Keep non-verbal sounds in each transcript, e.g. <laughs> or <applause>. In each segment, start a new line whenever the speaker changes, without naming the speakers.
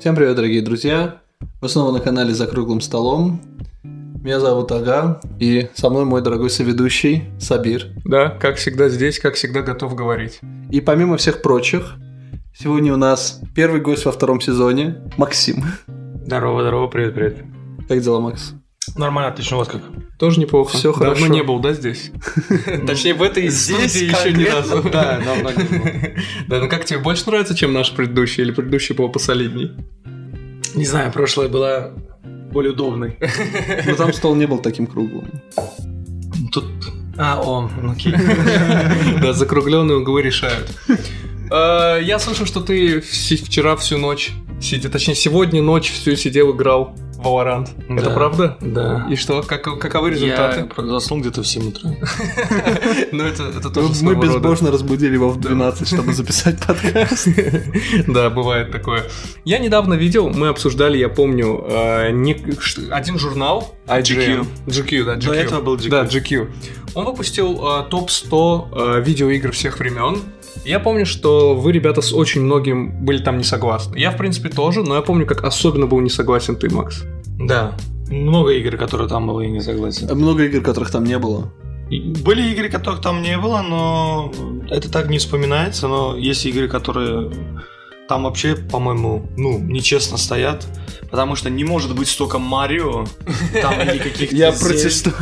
Всем привет, дорогие друзья! Вы снова на канале «За круглым столом». Меня зовут Ага, и со мной мой дорогой соведущий Сабир.
Да, как всегда здесь, как всегда готов говорить.
И помимо всех прочих, сегодня у нас первый гость во втором сезоне – Максим.
Здорово, здорово, привет, привет.
Как дела, Макс?
Нормально, отлично, у вас как?
Тоже неплохо.
Всё хорошо.
Давно не был, да, здесь?
<laughs> Точнее, в этой
Здесь
студии еще ни
конкретно,
<laughs> разу.
да,
давно не было.
<laughs> Да, ну как тебе больше нравится, чем наш предыдущий? Или предыдущий был посолидней? <laughs>
Не знаю, прошлое было более удобной.
Но Ну, там стол не был таким круглым.
Тут... А, о, ну окей.
Да, закругленные углы решают. Э, Я слышал, что ты вс- вчера всю ночь сидел, точнее, сегодня ночь всю сидел, играл в Valorant. Это
Да.
правда?
Да.
И что, как, каковы
Я
результаты?
<laughs> заснул где-то в 7 утра.
Ну, это, это
Мы
тоже своего рода.
безбожно разбудили его в 12, чтобы записать подкаст.
<laughs> Да, бывает такое. Я недавно видел, мы обсуждали, я помню, э, не- ш- один журнал. IGN. GQ, да, GQ.
А, До этого был GQ.
Да, GQ. Он выпустил э, топ-100 э, видеоигр всех времен. Я помню, что вы, ребята, с очень многим были там не согласны. Я, в принципе, тоже, но я помню, как особенно был не согласен ты, Макс.
<laughs> Да. Много игр, которые там было, я не согласен.
Много игр, которых там не было.
Были игры, которых там не было, но это так не вспоминается, но есть игры, которые там вообще, по-моему, ну, нечестно стоят, потому что не может быть столько Марио, там или <laughs> каких-то
Я
Зельд.
протестую.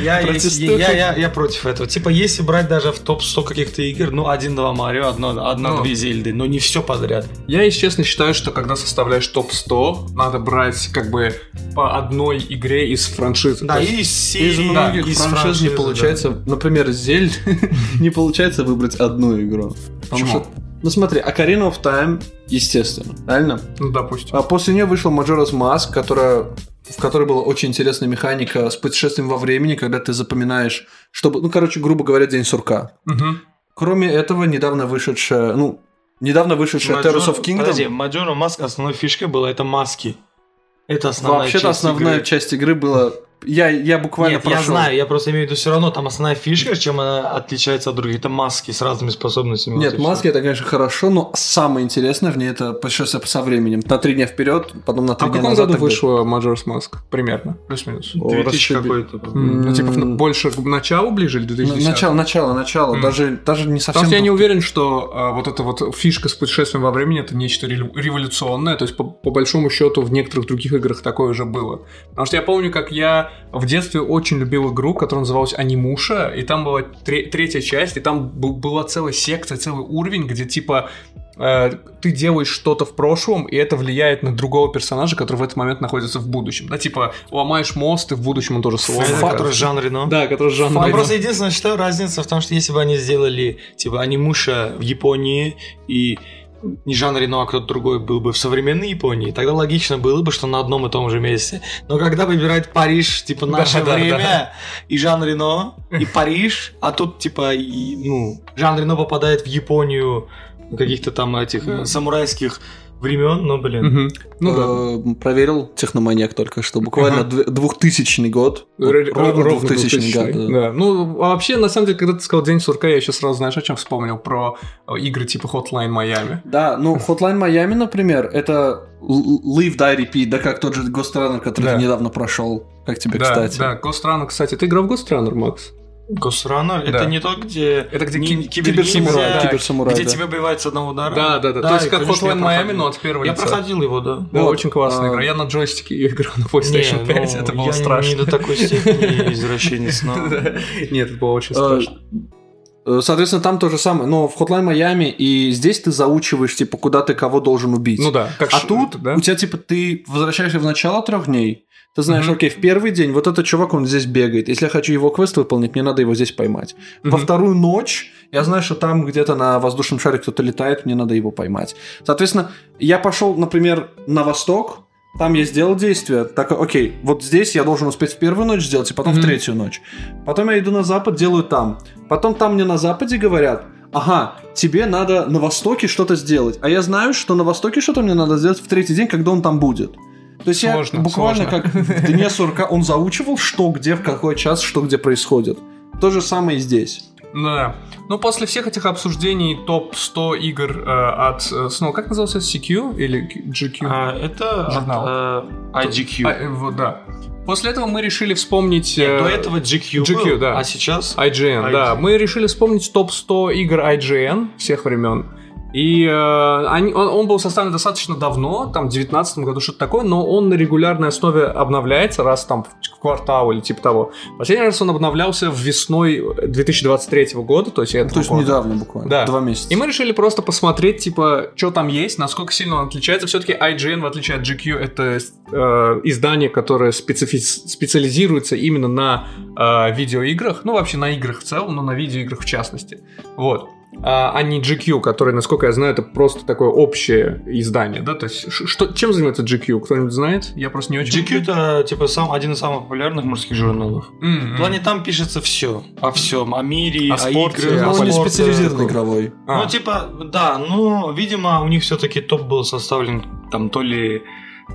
Я, я,
Протестую.
я, я, я против этого. Типа, если брать даже в топ 100 каких-то игр, ну, один-два Марио, одно-
Ну.
одна-две Зельды, но не все подряд.
Я, если честно, считаю, что когда составляешь топ-100, надо брать как бы по одной игре из франшизы. То
Да,
есть-
и из
Из
серии, да,
многих
из
франшиз не
франшизы,
получается, например, Зель <laughs> не получается выбрать одну игру. Потому
Почему?
что- ну смотри, Ocarina of Time, естественно, правильно?
Ну, допустим.
А после нее вышла Majora's Mask, которая в которой была очень интересная механика с путешествием во времени, когда ты запоминаешь, чтобы, ну, короче, грубо говоря, День сурка.
Мгм.
Кроме этого, недавно вышедшая, ну, недавно
да.
вышедшая
Majora-
Terrors of Kingdom,
Подожди, Majora Mask основной фишкой была это маски. Это основная
вообще-то
часть
основная
игры.
часть игры была... Я, я буквально
Нет,
прошел.
я знаю, я просто имею в виду все равно, там основная фишка, чем она отличается от других, это маски с разными способностями. Вот и
Нет,
всё.
маски это, конечно, хорошо, но самое интересное в ней это путешествие со временем. На три дня вперед, потом на
А
три
в
дня
каком
назад.
году
так далее.
вышла Majora's Mask? Примерно. Плюс-минус.
О,
2000
расшиби-
какой-то.
М,
Ну, типа, в- больше к началу ближе или
Н-
2010?
Ну, Начало, начало, начало.
М.
Даже, даже не совсем.
Потому что я не уверен, что а, вот эта вот фишка с путешествием во времени это нечто рел- революционное. То есть, по, по большому счету, в некоторых других играх такое уже было. Потому что я помню, как я в детстве очень любил игру, которая называлась Анимуша, и там была тре- третья часть, и там бу- была целая секция, целый уровень, где типа э, ты делаешь что-то в прошлом, и это влияет на другого персонажа, который в этот момент находится в будущем. Да, типа ломаешь мост, и в будущем он тоже сломан.
Это который Жан Рено.
Да, который Жан
Я
Рено.
Ну, просто единственное считаю разница в том, что если бы они сделали типа анимуша в Японии и не Жан Рено, а кто-то другой был бы в современной Японии, тогда логично было бы, что на одном и том же месте. Но когда выбирать Париж, типа наше
Да, да,
время,
да.
и Жан Рено, и Париж, а тут типа, и, ну, Жан Рено попадает в Японию каких-то там этих э, самурайских времен, но, блин.
Мгм. Ну да.
Э, Проверил техноманьяк только что. Буквально
Ага.
две- 2000 год. Вот
Р-
Ровно
ровно
2000 год.
2000-й,
да.
да. Ну, а вообще, на самом деле, когда ты сказал День сурка, я еще сразу, знаешь, о чем вспомнил? Про э, игры типа Hotline Miami.
Да, ну Hotline Miami, например, это л- Live, Die, Repeat, да как тот же Ghost Runner, который
Да.
ты недавно прошел. Как тебе,
да,
кстати?
да, Ghost Runner, кстати. Ты играл в Ghost Runner, Макс?
Ghost Runner, это
Да.
не то, где...
Это где
ни-
ки-
Киберсамурай,
киберниндзя,
киберсамурай,
Где
да.
тебя убивают с одного удара.
Да, да, да. То есть
и,
как
конечно, я
Hotline Miami,
проходил.
но от первого
Я
лица.
проходил его, да.
Да,
Вот,
очень классная
а-
игра. Я на джойстике ее играл на PlayStation
<laughs> Не,
5,
ну,
это было
я
страшно. <laughs>
Не до такой степени извращенец, но...
Да. Нет, это было очень
Э,
страшно.
э, Соответственно, там то же самое, но в Hotline Miami и здесь ты заучиваешь, типа, куда ты кого должен убить.
Ну да. как
а
ш-
тут
да?
у тебя, типа, ты возвращаешься в начало трех дней, ты знаешь,
Мгм.
окей, в первый день вот этот чувак, он здесь бегает. Если я хочу его квест выполнить, мне надо его здесь поймать. Во
Мгм.
вторую ночь я знаю, что там где-то на воздушном шаре кто-то летает, мне надо его поймать. Соответственно, я пошел, например, на восток, там я сделал действие, так, окей, вот здесь я должен успеть в первую ночь сделать, и потом в
Мгм.
третью ночь. Потом я иду на запад, делаю там. Потом там мне на западе говорят, ага, тебе надо на востоке что-то сделать. А я знаю, что на востоке что-то мне надо сделать в третий день, когда он там будет. То есть
Сложно,
я буквально
сложно.
как в дне сурка, он заучивал, что где, в какой час, что где происходит. То же самое и здесь.
Да. Ну, после всех этих обсуждений топ-100 игр э, от... э, Снова, как назывался? CQ или GQ?
А, это
Журнал.
от, э,
А,
IGQ.
э, вот, да. После этого мы решили вспомнить... э,
До этого GQ,
GQ,
был,
да.
а сейчас...
IGN, да.
IGN.
Мы решили вспомнить топ-100 игр IGN всех времен. И э, они- он, он был составлен достаточно давно, там, в 19 году, что-то такое, но он на регулярной основе обновляется раз там в квартал или типа того. Последний раз он обновлялся весной 2023 года, то есть
Ну,
этого
То есть
года.
недавно буквально.
Да.
Два месяца.
И мы решили просто посмотреть, типа, что там есть, насколько сильно он отличается. Все-таки IGN, в отличие от GQ, это э, издание, которое специфи- специализируется именно на э, видеоиграх, ну вообще на играх в целом, но на видеоиграх в частности. Вот. А а не GQ, который, насколько я знаю, это просто такое общее издание, да? То есть, ш- что, чем занимается GQ? Кто-нибудь знает? Я просто не очень...
GQ это типа сам, один из самых популярных мужских журналов.
М, м.
В плане там пишется все. О всем. О мире,
А
О
о,
спорте,
играх,
Но
о
он не
спорте.
специализированный ну, игровой.
А,
Ну, типа, да, ну, видимо, у них все-таки топ был составлен там то ли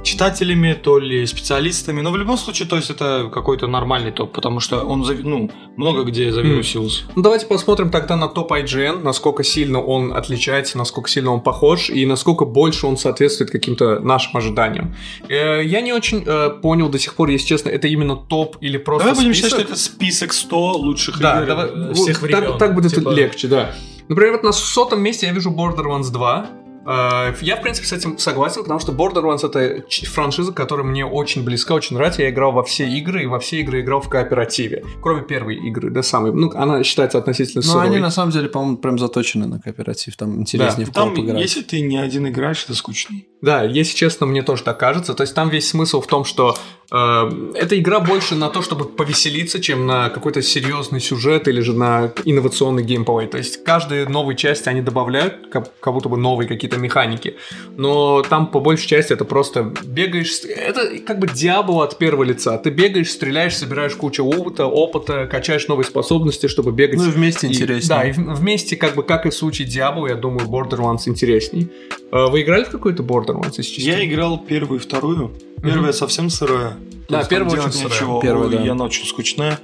читателями, то ли специалистами. Но в любом случае, то есть это какой-то нормальный топ, потому что он, зави- ну, много где завирусился.
Ну, давайте посмотрим тогда на топ IGN, насколько сильно он отличается, насколько сильно он похож и насколько больше он соответствует каким-то нашим ожиданиям. Э, я не очень э, понял до сих пор, если честно, это именно топ или просто
Давай будем считать,
список?
что это список 100 лучших
да,
игр
давай,
э,
вот
всех
так-
времен.
Так, будет
Типа,
легче, да. Например, вот на сотом месте я вижу Borderlands 2. Э, Я, в принципе, с этим согласен, потому что Borderlands это ч- франшиза, которая мне очень близка, очень нравится. Я играл во все игры, и во все игры играл в кооперативе. Кроме первой игры, да, самой. Ну, она считается относительно
Но
Ну,
сырой.
Ну, они на самом деле, по-моему, прям заточены на кооператив. Там интереснее в
Там,
кооп играть.
если ты не один играешь, это скучно.
Да, если честно, мне тоже так кажется. То есть там весь смысл в том, что э, эта игра больше на то, чтобы повеселиться, чем на какой-то серьезный сюжет или же на инновационный геймплей. То есть каждой новой части они добавляют как, как будто бы новые какие-то механики. Но там по большей части это просто бегаешь... ст- Это как бы дьявол от первого лица. Ты бегаешь, стреляешь, собираешь кучу опыта, опыта качаешь новые способности, чтобы бегать
Ну и вместе
и-
интереснее.
да, и в- вместе, как бы, как и в случае Diablo, я думаю, Borderlands интересней. Э, Вы играли в какой-то Borderlands, если честно?
Я играл первую и вторую. Первая
Мгм.
совсем сырая.
Да,
То есть там
первая
делать
очень сырая.
нечего.
Первая,
Ой,
да.
и она очень скучная.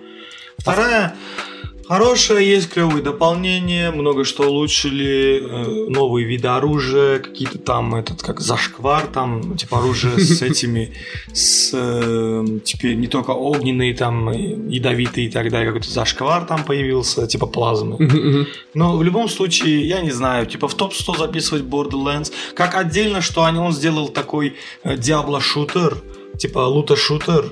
Вторая хорошая, есть клевые дополнения, много что улучшили, э, новые виды оружия, какие-то там этот как зашквар, там типа оружие
<laughs>
с этими, с э, теперь не только огненные, там и ядовитые и так далее, какой-то зашквар там появился, типа плазмы.
Мгм, мгм.
Но в любом случае, я не знаю, типа в топ-100 записывать Borderlands, как отдельно, что они- он сделал такой Диабло-шутер, типа лута-шутер.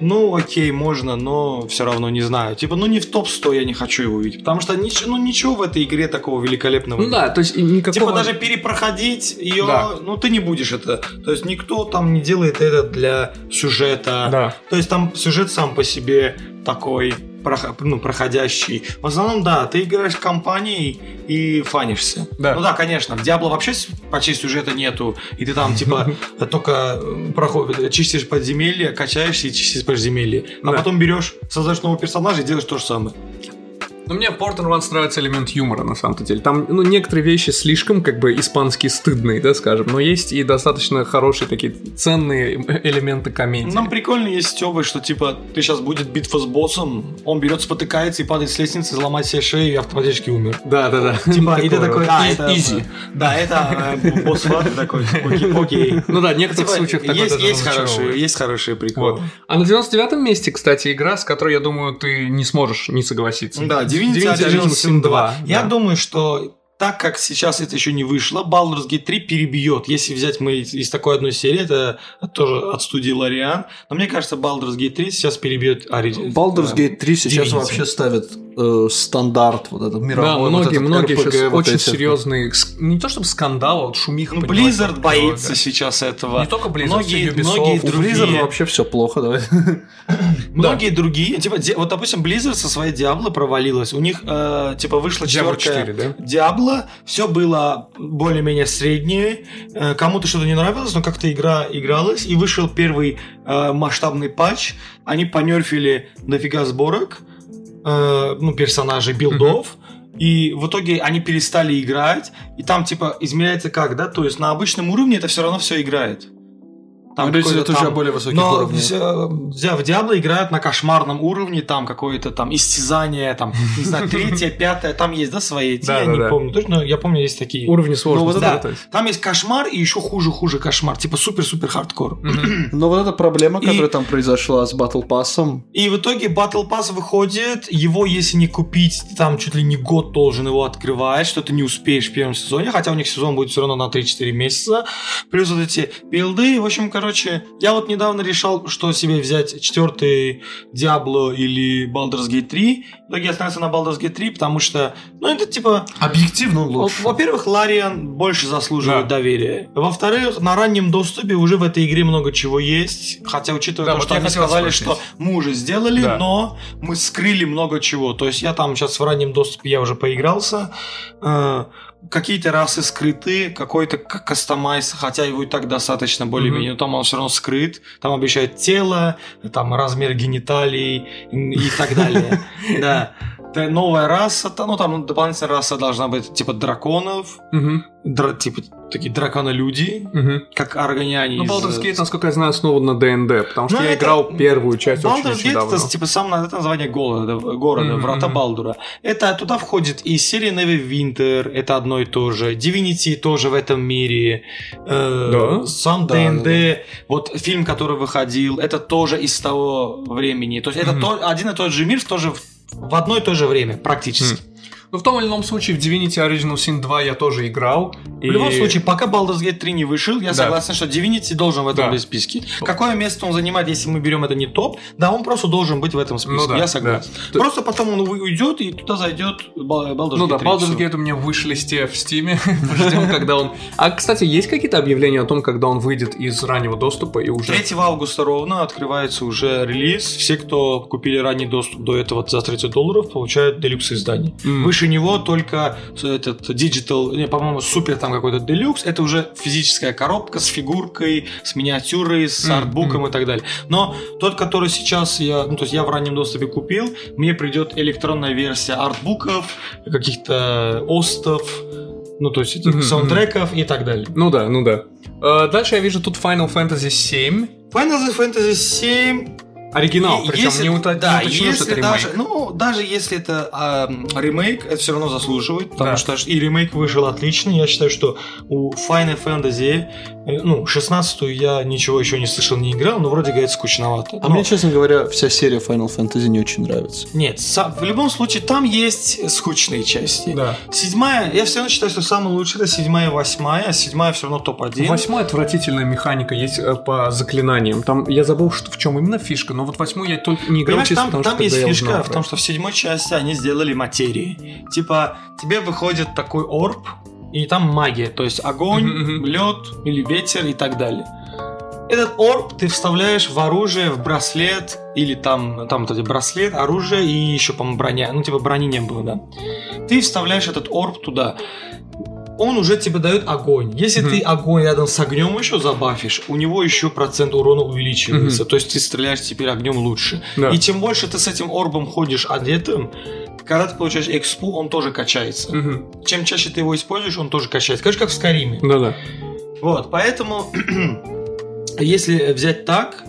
Ну, окей, можно, но все равно не знаю. Типа, ну не в топ-100 я не хочу его увидеть, потому что нич- ну, ничего в этой игре такого великолепного
Ну
нет.
да, то есть и
Типа
никакого...
даже перепроходить ее,
Да.
ну ты не будешь это. То есть никто там не делает это для сюжета.
Да.
То есть там сюжет сам по себе такой прох- ну, проходящий. В основном, да, ты играешь компанией и фанишься.
Да.
Ну да, конечно, в Диабло вообще с- почти сюжета нету. И ты там, типа, только э, проход- чистишь подземелье, качаешься и чистишь подземелье. А
Да.
потом берешь, создаешь нового персонажа и делаешь то же самое.
Но Ну, мне в Borderlands нравится элемент юмора, на самом-то деле. Там, ну, некоторые вещи слишком, как бы, испанские стыдные, да, скажем. Но есть и достаточно хорошие такие ценные э, элементы комедии.
Нам прикольно есть Стёба, что типа ты сейчас будет битва с боссом, он берет, спотыкается и падает с лестницы, ломает себе шею и автоматически умер.
Да, да, да. <laughs>
Типа, и ты
Такое.
такой,
Да,
«И-
это-
изи. Да, это э, босс ваты такой,
<laughs>
окей, окей.
Ну да, в некоторых
Типа,
случаях такое
есть,
даже
есть
разочаровывает.
хорошие, есть хорошие приколы.
Вот. А на 99-м месте, кстати, игра, с которой, я думаю, ты не сможешь не согласиться.
Да, Divinity Original Sin 2. Я
да.
думаю, что так как сейчас это еще не вышло, Baldur's Gate 3 перебьет. Если взять мы из, из такой одной серии, это тоже от студии Лориан. Но мне кажется, Baldur's Gate 3 сейчас перебьет Origin.
Ну,
Baldur's Gate 3 сейчас
Divinity.
вообще ставят э, стандарт вот этот мировой.
Да,
вот
многие,
этот
многие
RPG,
сейчас
вот
очень
эти.
серьезные, ск- не то чтобы скандал, а вот шумиха.
Ну,
поднялась
Blizzard
вокруг
боится
этого.
сейчас этого.
Не только Blizzard,
Многие-
всё Ubisoft,
многие
У
другие-
Blizzard ну, вообще все плохо, давай.
Многие другие, типа, Ди- вот, допустим, Blizzard со своей Диабло провалилась. У них, э, типа, вышла
Diablo
четвертая
4, да?
Диабло, все было более-менее среднее, э, кому-то что-то не нравилось, но как-то игра игралась, и вышел первый э, масштабный патч, они понерфили дофига сборок, э, ну, персонажей, билдов, и в итоге они перестали играть, и там, типа, измеряется как, да, то есть на обычном уровне это все равно все играет.
Там
какой-то
это уже
там-
более высоких
Но
уровней.
взя- в Диабло играют на кошмарном уровне, там какое-то там истязание, там, не знаю, третье, пятое, там есть, да, свои эти,
Да,
я
да,
не
да.
помню точно, но я помню, есть такие.
Уровни сложности.
Ну вот да.
то есть.
Там есть кошмар и еще хуже-хуже кошмар, типа супер-супер хардкор.
Мгм.
Но вот эта проблема,
И-
которая там произошла с Battle Pass,
И в итоге Battle Pass выходит, его если не купить, ты там чуть ли не год должен его открывать, что ты не успеешь в первом сезоне, хотя у них сезон будет все равно на 3-4 месяца, плюс вот эти билды, в общем, короче, я вот недавно решал, что себе взять, четвертый Diablo или Baldur's Gate 3, в итоге я остановился на Baldur's Gate 3, потому что, ну это типа,
объективно он
во-
лучше.
во-первых, Лариан больше заслуживает
Да.
доверия, во-вторых, на раннем доступе уже в этой игре много чего есть, хотя учитывая
Да,
то,
вот
что
я
они
хотел
сказали,
спросить.
что мы уже сделали,
Да.
но мы скрыли много чего. То есть я там сейчас в раннем доступе я уже поигрался. Э, Какие-то расы скрыты, какой-то к- кастомайз, хотя его и так достаточно более-менее, но там он все равно скрыт, там обещают тело, там размер гениталий и так
<laughs>
далее. Да. Да, Новая раса, та- ну там дополнительная раса должна быть типа драконов,
Мгм.
дра- типа такие драконолюди,
Мгм.
как аргоняне.
Ну,
из- э,
Baldur's Gate, насколько я знаю, основан на ДНД, потому что
Ну,
я
это-
играл первую часть
Baldur's
очень-очень
Gate
давно.
это типа сам на- это название города, города
Мгм,
Врата
мгм.
Балдура. Это туда входит и серия Neverwinter, это одно и то же. Divinity тоже в этом мире. Э,
Да?
Сам
Да,
ДНД,
да,
вот фильм, который выходил, это тоже из того времени. То есть это
Мгм.
то- один и тот же мир, в то же в- в одно и то же время практически.
Ну, в том или ином случае, в Divinity Original Sin 2 я тоже играл.
В любом случае, пока Baldur's Gate 3 не вышел, я
Да.
согласен, что Divinity должен в этом
Да.
быть списке. Какое место он занимает, если мы берем это не топ? Да, он просто должен быть в этом списке.
Ну да,
я согласен.
да.
Просто потом он уй- уйдет и туда зайдет Бал- Baldur's
Ну
Gate
да,
3,
Baldur's
всё.
Gate у меня в вишлисте в <laughs> Стиме. Ждем, когда он... А, кстати, есть какие-то объявления о том, когда он выйдет из раннего доступа и уже...
3 августа ровно открывается уже релиз. Все, кто купили ранний доступ до этого за 30 долларов, получают делюкс издание.
М.
Выше него только э, этот digital, не, по-моему, супер там какой-то делюкс. Это уже физическая коробка с фигуркой, с миниатюрой, с
Мгм,
артбуком и так далее. Но тот, который сейчас я, ну, то есть я в раннем доступе купил, мне придет электронная версия артбуков, каких-то остов, ну, то есть этих
Мгм,
саундтреков и так далее.
Ну да, ну да. Э, Дальше я вижу тут Final Fantasy 7.
Final Fantasy 7
Оригинал,
И
причем
если-
не ута-
да,
не уточнил, что
если
это
даже,
ремейк.
ну даже если это а, м, ремейк, это все равно заслуживает, потому
Да.
что и ремейк вышел отлично. Я считаю, что у Final Fantasy, э, ну 16 я ничего еще не слышал, не играл, но вроде говорит скучновато.
А
Но-
мне, честно говоря, вся серия Final Fantasy не очень нравится.
нет, са- в любом случае там есть скучные части.
Да.
Седьмая, я все равно считаю, что самая лучшая это седьмая и восьмая, а седьмая все равно топ 1
Восьмая отвратительная механика есть э, по заклинаниям. Там я забыл, что в чем именно фишка, но вот восьмую я только не играл
Понимаешь,
чисто
там,
потому,
там
что
есть
когда я узнал
фишка в
про
том,
это.
что в седьмой части они сделали материи. Типа, тебе выходит такой орб, и там магия, то есть огонь,
Мгм, мгм.
лед или ветер и так далее. Этот орб ты вставляешь в оружие, в браслет, или там, там вот эти браслет, оружие и еще, по-моему, броня. Ну, типа брони не было, да. Ты вставляешь этот орб туда. Он уже тебе дает огонь. Если
Мгм.
ты огонь рядом с огнем еще забафишь, у него еще процент урона увеличивается. То есть ты стреляешь теперь огнем лучше.
Да.
И чем больше ты с этим орбом ходишь одетым, когда ты получаешь экспу, он тоже качается.
Мгм.
Чем чаще ты его используешь, он тоже качается. Конечно, как в Скариме.
Да-да.
Вот, поэтому, <clears throat> если взять так,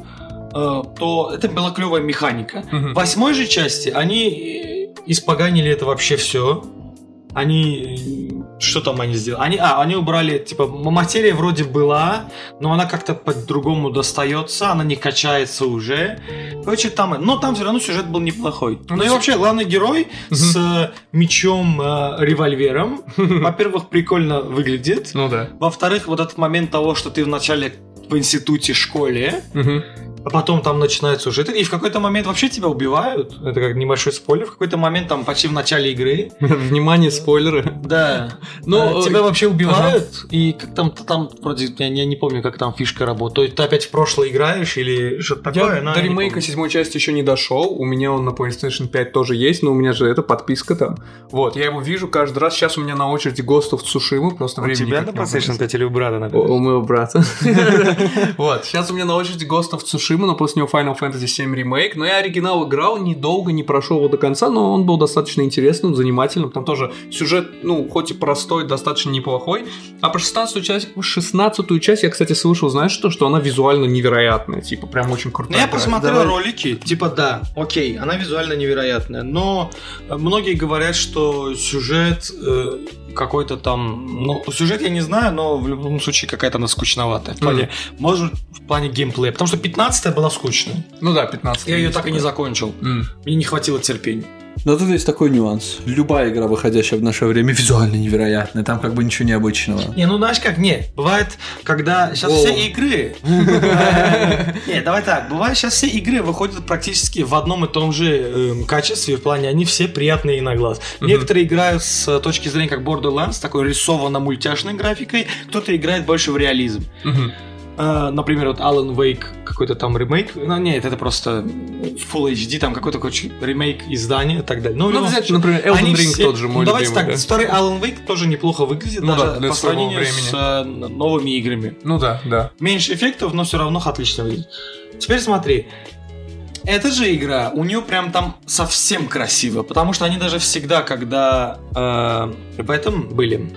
э, то это была клевая механика. В
Мгм.
восьмой же части они э, испоганили это вообще все. Они... э, Что там они сделали? Они, а, они убрали, типа, м- материя вроде была, но она как-то по-другому достается, она не качается уже. Короче, там... Но там все равно сюжет был неплохой. Ну и
всё-
вообще, главный герой с э, мечом, э, <laughs> револьвером, во-первых, прикольно выглядит.
Ну да.
Во-вторых, вот этот момент того, что ты вначале в институте, школе,
Мгм.
а потом там начинается уже. И в какой-то момент вообще тебя убивают. Это как небольшой спойлер. В какой-то момент там почти в начале игры.
<laughs> Внимание, спойлеры.
Да.
Ну,
Ну, Э, тебя
э,
вообще убивают. И как там, там вроде, я, я не помню, как там фишка работает. Ты опять в прошлое играешь или что-то такое.
Я
но
до
не
ремейка
помню.
седьмой части еще не дошел. У меня он на PlayStation 5 тоже есть, но у меня же это подписка там. Вот, я его вижу каждый раз. Сейчас у меня на очереди Ghost of Tsushima, просто
У
времени
тебя
никак
на
не
PlayStation
хватает.
5 или у брата,
У
<laughs> наверное?
у моего брата. Вот, сейчас у меня на очереди Ghost of Tsushima Цушима, но после него Final Fantasy VII ремейк. Но я оригинал играл, недолго не прошел его до конца, но он был достаточно интересным, занимательным. Там тоже сюжет, ну, хоть и простой, достаточно неплохой. А про 16 часть, 16 часть я, кстати, слышал, знаешь что, что она визуально невероятная, типа прям очень
Ну,
крутая.
я
игра.
посмотрел
Давай.
ролики, типа да, окей, она визуально невероятная, но э, многие говорят, что сюжет э, какой-то там, ну сюжет я не знаю, но в любом случае какая-то она скучноватая. В плане, может в плане геймплея, потому что 15 была скучная.
Ну да, 15.
Я ее так и не закончил,
М.
мне не хватило терпения.
Но тут есть такой нюанс. Любая игра, выходящая в наше время, визуально невероятная. Там как бы ничего необычного.
Не, ну знаешь как, не, бывает, когда сейчас
О. <laughs>
все игры. Не, давай так, бывает, сейчас все игры выходят практически в одном и том же эм, качестве, в плане они все приятные на глаз.
Мгм.
Некоторые играют с э, точки зрения как Borderlands, такой рисованно-мультяшной графикой, кто-то играет больше в реализм.
Мгм.
Э, Например, вот Alan Wake, какой-то там ремейк. Ну, нет, это просто э, Full HD, там какой-то короче, ремейк издания и так далее. в
Ну,
любом
взять,
случае,
например, Elden
они
Ring
все-
тот же мой
ну, Давайте
любимый,
так,
да.
старый Alan Wake тоже неплохо выглядит,
Ну да,
даже
для
по
своего
сравнению
времени.
с э, новыми играми.
Ну да, да.
Меньше эффектов, но все равно отлично выглядит. Теперь смотри. Эта же игра, у нее прям там совсем красиво, потому что они даже всегда, когда э, в этом были,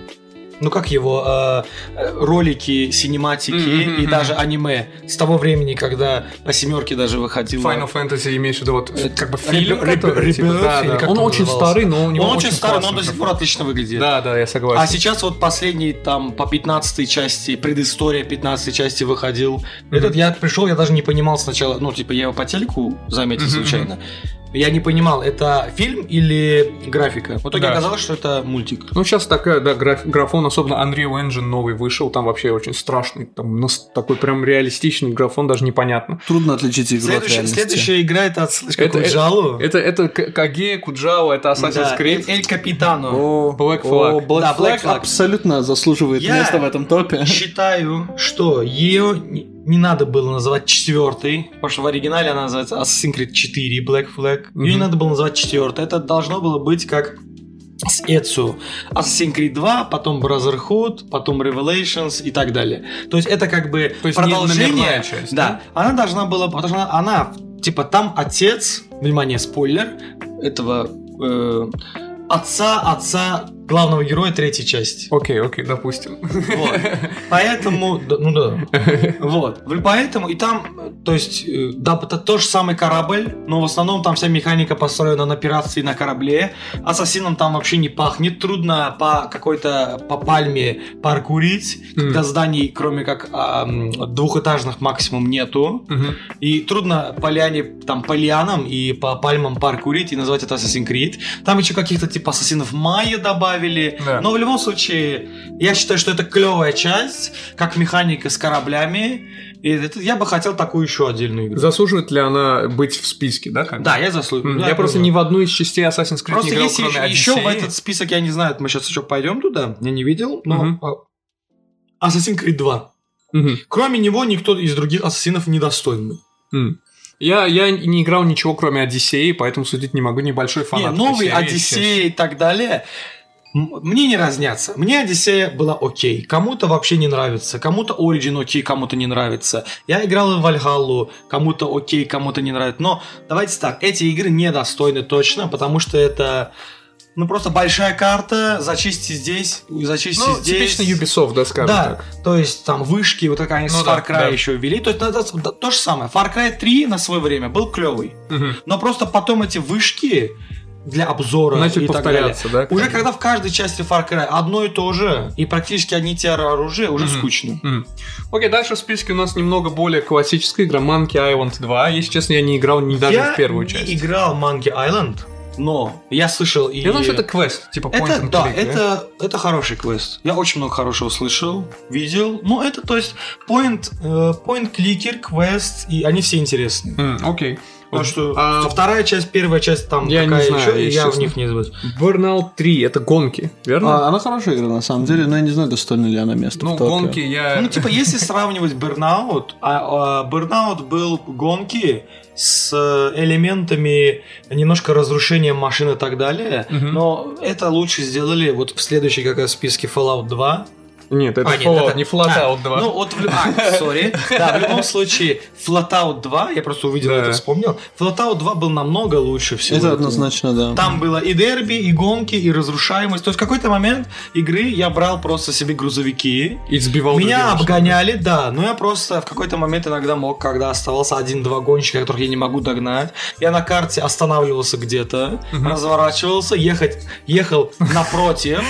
ну как его, э, э, ролики, синематики
Мгм,
и
мгм.
даже аниме с того времени, когда на семерке даже выходил
Final Fantasy имеешь в виду вот
Это
как бы
Ребе-
фильм,
Ребе-
который, типа,
Ребе-
да,
или
да.
как
Он
там
очень
назывался?
старый, но у него
Он очень старый, но он до
классный
сих пор отлично выглядит.
Да, да, я согласен.
А сейчас вот последний там по 15 части, предыстория 15 части выходил.
Мгм.
Этот я пришел, я даже не понимал сначала, ну типа я его по телеку заметил
Мгм,
случайно. Я не понимал, это фильм или графика. В итоге
Да.
оказалось, что это мультик.
Ну, сейчас такая, да, граф- графон, особенно Unreal Engine новый вышел, там вообще очень страшный, там нас- такой прям реалистичный графон, даже непонятно.
Трудно отличить игру от
Следующая,
реальности.
следующая игра это отсылочка
Это-
какую
это-
Джалу.
Это, это К- Кагея, Куджава, это Assassin's
Да, э,
Creed.
Эль Капитану.
О,
Black
о,
Flag.
Black
Да, Black
Flag
Flag.
абсолютно заслуживает
Я-
места в этом топе.
Считаю, что ее не не надо было называть четвертой, потому что в оригинале она называется Assassin's Creed 4 Black Flag. Ее
Мгм.
не надо было называть четвертой. Это должно было быть как с Эцу. Assassin's Creed 2, потом Brotherhood, потом Revelations и так далее. То есть это как бы
То есть не номерная
продолжение.
часть.
Да, она должна была, потому что она, она, типа там отец, внимание, спойлер, этого э, отца, отца главного героя третьей части.
Окей, окей, допустим.
<laughs> Вот. Поэтому, да, ну да, вот. В- Поэтому и там, э, то есть, э, да, это тот же самый корабль, но в основном там вся механика построена на пиратстве и на корабле. Ассасином там вообще не пахнет, трудно по какой-то по пальме паркурить, когда
Мгм.
зданий кроме как а, м, двухэтажных максимум нету.
Мгм.
И трудно по лиане, там, по лианам и по пальмам паркурить и назвать это Assassin's Creed. Там еще каких-то типа ассасинов Майя добавили.
Да.
Но в любом случае, я считаю, что это клевая часть, как механика с кораблями. И это- я бы хотел такую еще отдельную игру.
Заслуживает ли она быть в списке, да? как бы?
Да, я заслужил.
М, Я просто ни в одну из частей Assassin's Creed
Просто
не играл,
если
кроме
еще, в
Одиссеи.
этот список, я не знаю, мы сейчас еще пойдем туда, я не видел, но...
Мгм.
а, Assassin's Creed 2.
Мгм.
Кроме него никто из других ассасинов недостойный.
М. Я, я не играл ничего, кроме Одиссеи, поэтому судить не могу, небольшой фанат.
Не, новый
этой серии, честно.
Одиссея и так далее. М- Мне не разнятся. Мне Одиссея была окей. Кому-то вообще не нравится. Кому-то Origin окей, кому-то не нравится. Я играл в Вальгаллу. Кому-то окей, кому-то не нравится. Но давайте так. Эти игры недостойны точно, потому что это... Ну, просто большая карта, зачисти здесь, зачисти
Ну,
здесь.
типично Ubisoft, да, скажем
Да,
так.
то есть там вышки, вот такая они
Ну
с
да,
Far Cry
да.
еще ввели. То есть да, да, да, то же самое. Far Cry 3 на свое время был клевый. Но просто потом эти вышки для обзора
Начали
и так
повторяться, типа да?
далее. Уже
как бы.
когда в каждой части Far Cry одно и то же, и практически одни и те же оружия, уже
Мгм.
скучно.
М. Окей, дальше в списке у нас немного более классическая игра Monkey Island 2. Если честно, я не играл ни даже
я
в первую
не
часть.
играл Monkey Island, но я слышал и...
Я думаю, что это квест, типа
Это-
point and
да,
click,
это, это хороший квест. Я очень много хорошего слышал, видел. Ну, это, то есть, point, э, point clicker, квест, и они все интересны.
М, Окей.
Потому что
А,
вторая часть, первая часть там
Я не
такая
знаю,
ещё, и
если
я в
честно.
них не забыл.
Burnout 3 это гонки, верно?
А, она хорошая игра, на самом деле, но я не знаю, достойна ли она места
ну,
в топе.
гонки я...
Ну, типа, если сравнивать Burnout, а, а, Burnout был гонки с э, элементами немножко разрушения машин и так далее,
Мгм.
но это лучше сделали вот в следующей как раз в списке Fallout 2,
Нет, это
А, нет,
Fallout,
это-
не Fallout 2.
Ну, вот в, лю- а, sorry. Да, в любом случае, Flatout 2, я просто увидел
Да.
это, вспомнил. Flatout 2 был намного лучше всего.
Это
этого.
однозначно, да.
Там было и дерби, и гонки, и разрушаемость. То есть в какой-то момент игры я брал просто себе грузовики.
и сбивал
Меня
других.
обгоняли, да, но я просто в какой-то момент иногда мог, когда оставался один-два гонщика, которых я не могу догнать, я на карте останавливался где-то,
Мгм.
разворачивался, ехать, ехал <laughs> напротив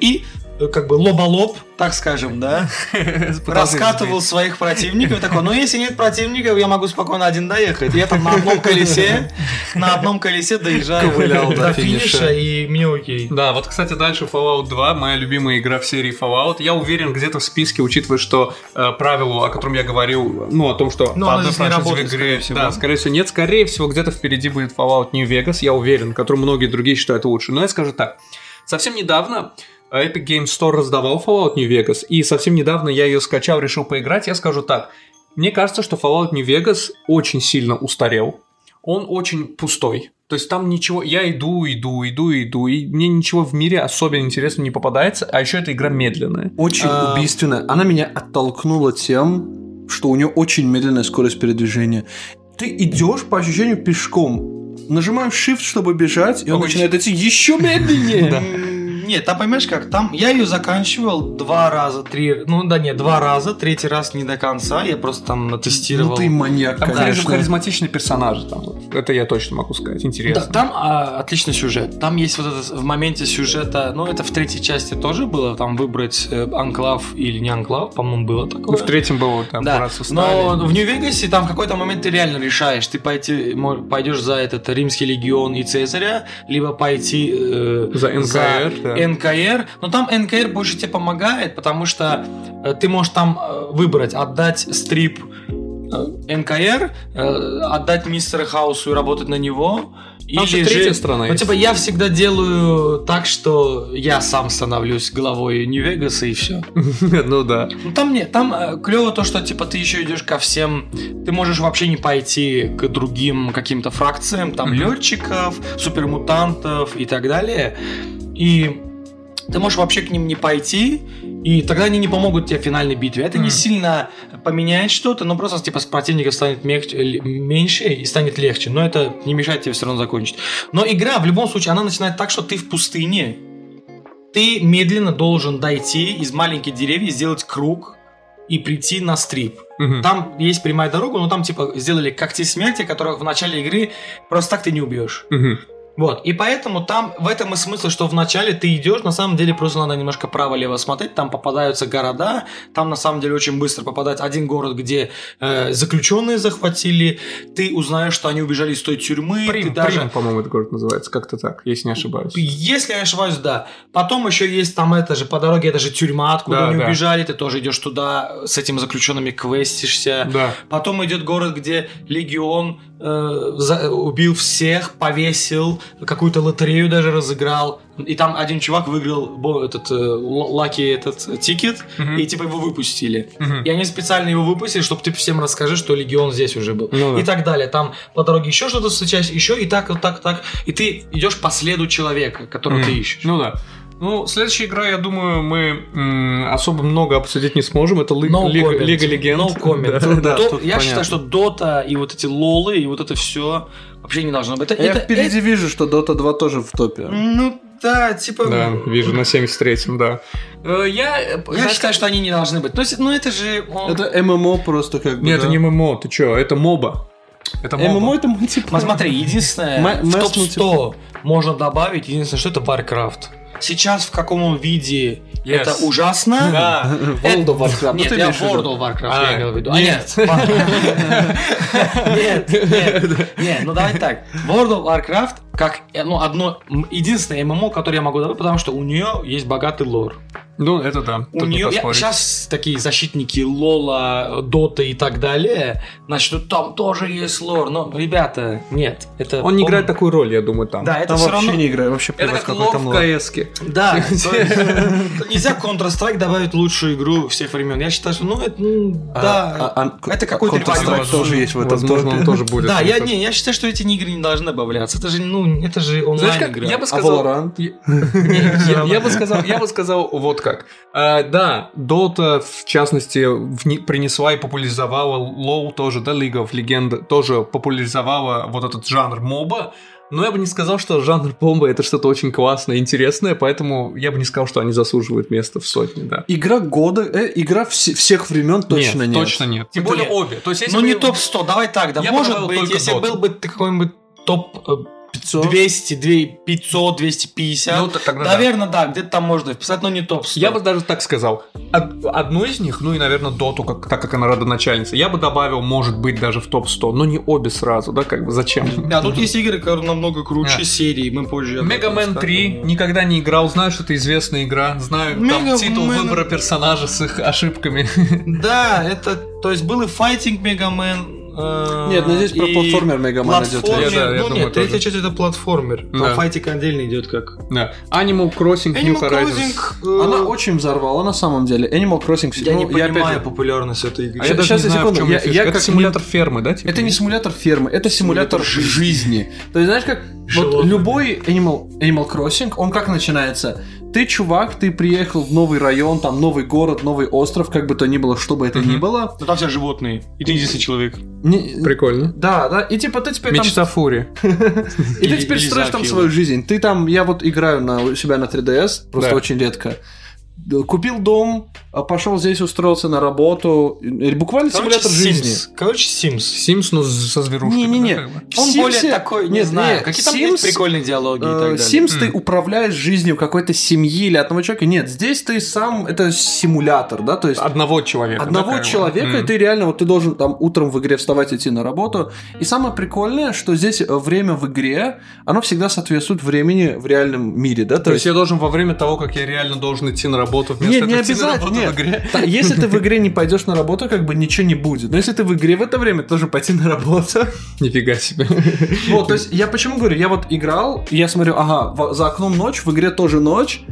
и э, как бы лоб так скажем, <laughs> да,
<laughs> Пытался
раскатывал своих противников и такой, ну если нет противников, я могу спокойно один доехать. Я там на одном колесе, на одном колесе доезжаю
Ковылял
до
до финиша.
финиша, и мне окей.
Да, вот, кстати, дальше Fallout 2, моя любимая игра в серии Fallout. Я уверен, где-то в списке, учитывая, что э, правило, о котором я говорил, ну, о том, что
Но
по
оно
одной
здесь не
франшизе
работает,
в игре,
скорее всего.
да, скорее всего, нет. Скорее всего, где-то впереди будет Fallout New Vegas, я уверен, который многие другие считают лучше. Но я скажу так. Совсем недавно э, Epic Games Store раздавал Fallout New Vegas, и совсем недавно я ее скачал, решил поиграть. Я скажу так. Мне кажется, что Fallout New Vegas очень сильно устарел он очень пустой. То есть там ничего, я иду, иду, иду, иду, и мне ничего в мире особенно интересного не попадается, а еще эта игра медленная.
Очень
А-
убийственная. Она меня оттолкнула тем, что у нее очень медленная скорость передвижения. Ты идешь по ощущению пешком, нажимаешь shift, чтобы бежать, и он
Очень.
начинает идти еще медленнее.
М, Нет, там понимаешь как, там я ее заканчивал два раза, три, ну да нет, два раза, третий раз не до конца, я просто там
Ну
тестировал.
ты маньяк,
Там харизм-
конечно.
харизматичные персонажи там. вот. Это я точно могу сказать.
Да,
Интересно.
там а, отличный сюжет. Там есть вот этот в моменте сюжета, ну это в третьей части тоже было, там выбрать э, анклав или не анклав, по-моему, было
Ну,
такое.
в третьем было там
Да,
раз устали.
Но в Нью-Вегасе там в какой-то момент ты реально решаешь, ты пойти, мо- пойдешь за этот Римский легион и Цезаря, либо пойти э,
За НКР, да.
НКР. Но там НКР больше тебе помогает, потому что э, ты можешь там э, выбрать, отдать стрип э, НКР, э, отдать мистера Хаусу и работать на него.
Там же
или
третья
же-
страна
ну,
есть.
типа, я всегда делаю так, что я сам становлюсь главой Нью-Вегаса и все.
Ну да.
<laughs> Ну там нет, там клево то, что типа ты еще идешь ко всем, ты можешь вообще не пойти к другим каким-то фракциям, там
Мгм.
летчиков, супермутантов и так далее. И ты можешь вообще к ним не пойти, и тогда они не помогут тебе в финальной битве. Это
Мгм.
не сильно поменяет что-то, но просто типа с противников станет мег- л- меньше э, и станет легче. Но это не мешает тебе все равно закончить. Но игра в любом случае, она начинает так, что ты в пустыне. Ты медленно должен дойти из маленькой деревни, сделать круг и прийти на стрип.
Мгм.
Там есть прямая дорога, но там типа сделали когти смерти, которых в начале игры просто так ты не убьешь.
Мгм.
Вот, и поэтому там в этом и смысл, что вначале ты идешь, на самом деле просто надо немножко право-лево смотреть, там попадаются города, там на самом деле очень быстро попадает один город, где э, заключенные захватили, ты узнаешь, что они убежали из той тюрьмы, ты
Прим,
даже...
Прим, по-моему, этот город называется. Как-то так, если не ошибаюсь.
Если я не ошибаюсь, да. Потом еще есть там это же, по дороге это же тюрьма, откуда
Да,
они
да.
убежали, ты тоже идешь туда, э, с этими заключенными квестишься.
Да.
Потом идет город, где легион э, за- убил всех, повесил, какую-то лотерею даже разыграл. И там один чувак выиграл бо- этот э, л- лаки этот э, тикет,
Мгм.
и типа его выпустили.
Мгм.
И они специально его выпустили, чтобы ты всем расскажи, что легион здесь уже был.
Ну да.
И так далее. Там по дороге еще что-то встречаешь, еще и так, вот так, так. И ты идешь по следу человека, которого
Мгм.
ты ищешь.
Ну да. Ну, следующая игра, я думаю, мы м, особо много обсудить не сможем. Это Ли-
No
Лига,
comment.
Лига Легенд.
No
<laughs> Да,
comment. Тут-
да,
тут-
тут
я
понятно.
считаю, что Дота и вот эти лолы и вот это все вообще не должно
А
быть. Это,
А Я
это-
впереди вижу, что Dota 2 тоже в топе.
Ну да, типа.
Да, вижу, на 73-м, да. Э, Я... э,
Я
знаешь,
считаю, что они не должны быть. Но, с- но это же. о,
Это ММО просто как бы.
Нет, это
да.
не ММО, ты чё, это моба. Это
ММО
моба.
это мультиплеер.
Ма- Смотри, единственное,
Ма-
в
масс
топ-100
типа.
можно добавить, единственное, что это Warcraft. Сейчас в каком он виде
Yes.
это ужасно. Э,
Да.
World of Warcraft. Ну,
Нет,
ты
я
имеешь в виду?
World of Warcraft,
А,
я имел в виду.
нет.
А,
<laughs>
нет. Нет, нет, нет. Ну давай так. World of Warcraft как э, ну, одно, м, единственное ММО, которое я могу добавить, потому что у нее есть богатый лор.
Ну, это да.
У
тут не
нее
поспоришь.
сейчас такие защитники Лола, Дота и так далее начнут там тоже есть лор, но ребята, нет, это
Он не
пом-
играет такую роль, я думаю, там.
Да, это
Там
все
вообще
равно.
не играю, вообще
Это
плевать,
как
какой
лов
там
в
лор.
кс <laughs>
Да, то есть, <laughs> нельзя Counter-Strike добавить лучшую игру всех времен. Я считаю, что ну это ну,
А-
да.
а- а-
это какой-то
Counter-Strike
революция.
тоже есть в этом
Возможно, он
топе. <laughs>
тоже будет.
Да, я
Это-
не, я считаю, что эти игры не должны добавляться. Это же, ну, это же онлайн
Знаешь, как
игра.
я бы
А
сказал...
Valorant?
Я- я- я бы сказал, я бы сказал вот как. А, да, Dota, в частности, вни- принесла и популяризовала, Лоу тоже, да, League of Legends тоже популяризовала вот этот жанр моба, но я бы не сказал, что жанр бомба это что-то очень классное, интересное, поэтому я бы не сказал, что они заслуживают места в сотне, да.
Игра года, э, игра вс- всех времен точно нет.
Точно нет. Тем
Это
более
нет.
обе. То есть, если
Ну
бы-
не топ-100, давай так, да.
Я
Может
добавил
быть,
только
если
Dota.
был бы ты какой-нибудь топ э,
500.
200, 500, 250.
Ну, т- тогда да.
Наверное, да, где-то там можно вписать, но не топ-100.
Я бы даже так сказал. Од- одну из них, ну и, наверное, Доту, как, так как она родоначальница, я бы добавил, может быть, даже в топ-100, но не обе сразу, да, как бы зачем?
Да, тут есть игры, которые намного круче
Да.
серии, мы позже... об этом
Мегамен
скажем.
3 никогда не играл, знаю, что это известная игра, знаю там
Мегамен-
титул выбора персонажа с их ошибками. <laughs>
Да, это... То есть был и файтинг Мегамен... э,
Нет, ну здесь про
и
платформер Мегамен идет.
платформер.
Я- да, я
ну
думаю,
нет, третья
тоже.
часть это платформер.
Да.
Там файтик отдельно идет как...
Да. Animal Crossing, New
Animal
Horizons.
Crossing, э,
Она очень взорвала на самом деле. Animal Crossing...
Я
ну,
не понимаю
опять же-
популярность этой игры.
А я даже
Щас,
не
я
знаю, в
секунду,
чем
я-
её фишка.
я
Это
как
симулятор фермы, да? типа?
Это не симулятор фермы, это симулятор,
Симулятор
жизни. То есть, знаешь, как вот
Животными.
любой Animal, Animal Crossing, он как начинается? Ты, чувак, ты приехал в новый район, там новый город, новый остров, как бы то ни было, что бы это ни
Мгм.
было.
Ну, там все животные, и ты единственный человек.
Не-
Прикольно.
да, да, и типа ты теперь там
Мечта Фури.
И ты
Или-
теперь
или
строишь там
зоофилы.
свою жизнь. Ты там, я вот играю на, у себя на 3DS, просто
Да.
очень редко. Д- Купил дом, а пошел здесь устроился на работу. И- и Буквально симулятор жизни.
Короче, Sims.
Sims, но с- со зверушками.
Не-не-не.
да, как бы?
Он
В
более
Симсе-
такой, не
Нет,
знаю.
нет,
Какие там есть
Sims,
прикольные диалоги и
Э,
так далее.
Sims ты
М.
управляешь жизнью какой-то семьи или одного человека. Нет, здесь ты сам, это симулятор, да, то есть...
Одного человека. да,
Одного
как бы?
человека,
М.
и ты реально, вот ты должен там утром в игре вставать, идти на работу. И самое прикольное, что здесь э, время в игре, оно всегда соответствует времени в реальном мире, да,
То есть я должен во время того, как я реально должен идти на работу, вместо
Нет,
этого
не
идти на работу
обязательно.
в
Нет.
игре. <laughs>
Та- Если ты в игре не пойдешь на работу, как бы ничего не будет. Но если ты в игре в это время, тоже пойти на работу. <laughs>
Нифига себе. <laughs>
Вот, то есть я почему говорю, я вот играл, и я смотрю, ага, во- за окном ночь, в игре тоже ночь.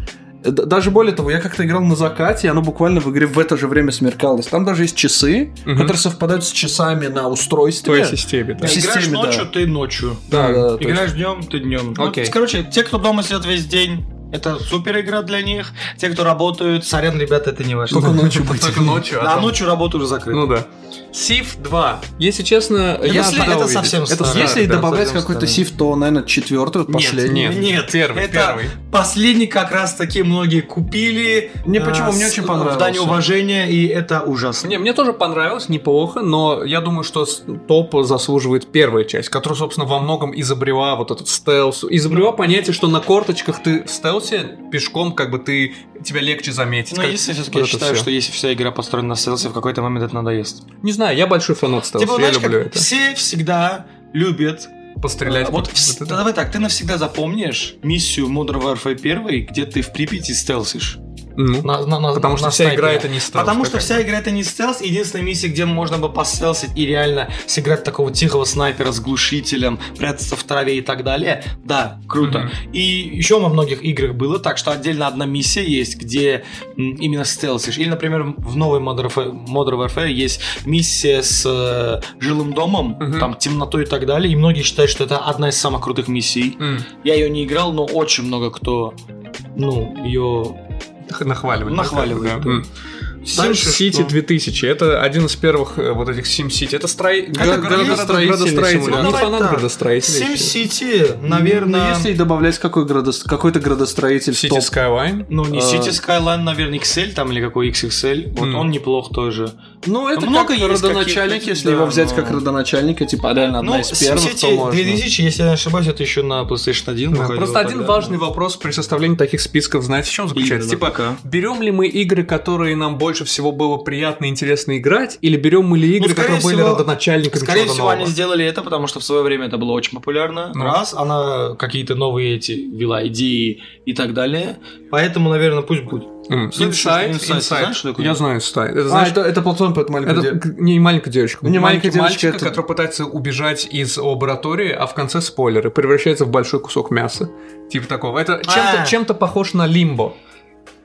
Э, д- Даже более того, я как-то играл на закате, и оно буквально в игре в это же время смеркалось. Там даже есть часы,
Мгм.
которые совпадают с часами на
В той
устройстве.
системе, да.
в
Играешь
системе, да.
ночью, ты ночью.
Да, да, да, то есть-
Играешь днем, ты днем.
Окей.
короче, те, кто дома сидят весь день, это супер игра для них. Те, кто работают, сорян, ребята, это не ваше.
Только ночью быть.
Только ночью. а
А
там-
ночью работа уже закрыта.
Ну да. Сив 2. Если честно, я
если-
ожидал
это
увидеть.
совсем
Это
старое.
Если
да,
добавлять
сойдём с
какой-то
тобой.
сиф, то, наверное, четвертый, вот
Нет,
последний.
нет. Первый,
это
первый.
последний как раз таки многие купили. Э,
Мне почему? Мне
с-
очень понравился.
В дань уважения, и это ужасно.
Мне, мне тоже понравилось, неплохо, но я думаю, что с- топ заслуживает первая часть, которая, собственно, во многом изобрела вот этот стелс. Изобрела понятие, что на корточках ты в стелсе пешком, как бы ты тебя легче заметить.
Ну,
Как-
если все-таки
вот
я
это
считаю,
всё.
что если вся игра построена на стелсе, в какой-то момент это надоест.
Не знаю, я большой фанат стелса,
Типа,
я
знаешь,
люблю
как
это.
все всегда любят.
Пострелять.
а, вот,
по-
вс-
вот это.
давай так, ты навсегда запомнишь миссию Modern Warfare 1, где ты в Припяти стелсишь.
Ну, потому что вся игра это не стелс.
Потому что
какая-то.
вся игра это не стелс, единственная миссия, где можно бы постелсить и реально сыграть такого тихого снайпера с глушителем, прятаться в траве и так далее. Да, круто.
Мгм.
И еще во многих играх было так, что отдельно одна миссия есть, где м, именно стелсишь. Или, например, в новой Modern Warfare, Modern Warfare есть миссия с э, жилым домом,
Мгм.
там темнотой и так далее. И многие считают, что это одна из самых крутых миссий.
М,
Я ее не играл, но очень много кто, ну, ее
х- Нахваливать.
Нахваливать,
да.
да.
М.
Дальше
SimCity
что?
2000. Это один из первых э, вот этих SimCity. Это строй...
Как
го-
это
городостроитель.
градостроитель.
Я Не
Ну, давай
фанат
так.
градостроителей.
Сим-Сити,
Ну,
наверное...
Если и добавлять какой градос- какой-то градостроитель в
City
топ.
Skyline.
Ну, не
А.
City Skyline, наверное, XL там или какой XXL. Вот
М.
он неплох тоже.
Ну, это
Много
как
есть
родоначальник,
каких-то,
если
да,
его взять
но-
как родоначальника, типа реально одна
Ну,
из первых, то
City
можно.
2000, если я не ошибаюсь, это еще на PlayStation 1
Да,
выходило
Ну, Просто один
тогда.
важный вопрос при составлении таких списков, знаете, в чем заключается?
Именно,
Типа,
пока.
берем ли мы игры, которые нам больше всего было приятно и интересно играть, или берем мы ли игры,
Ну, скорее
которые были
всего-
родоначальниками
Скорее
чего-то
всего, они
нового?
сделали это, потому что в свое время это было очень популярно.
Ну.
Раз, она какие-то новые эти вела идеи и так далее. Поэтому, наверное, пусть будет.
М,
Следующий
Inside,
Inside, ты
Inside.
знаешь, что такое?
Я знаю Inside. Это,
А,
знаешь,
это, это платформа под маленькой
Это
де-
к- не маленькая девочка.
Не
маленький
маленькая девочка,
мальчик,
это-
который пытается убежать из лаборатории, а в конце спойлеры превращается в большой кусок мяса. Типа такого. Это чем-то,
А.
чем-то похож на Лимбо.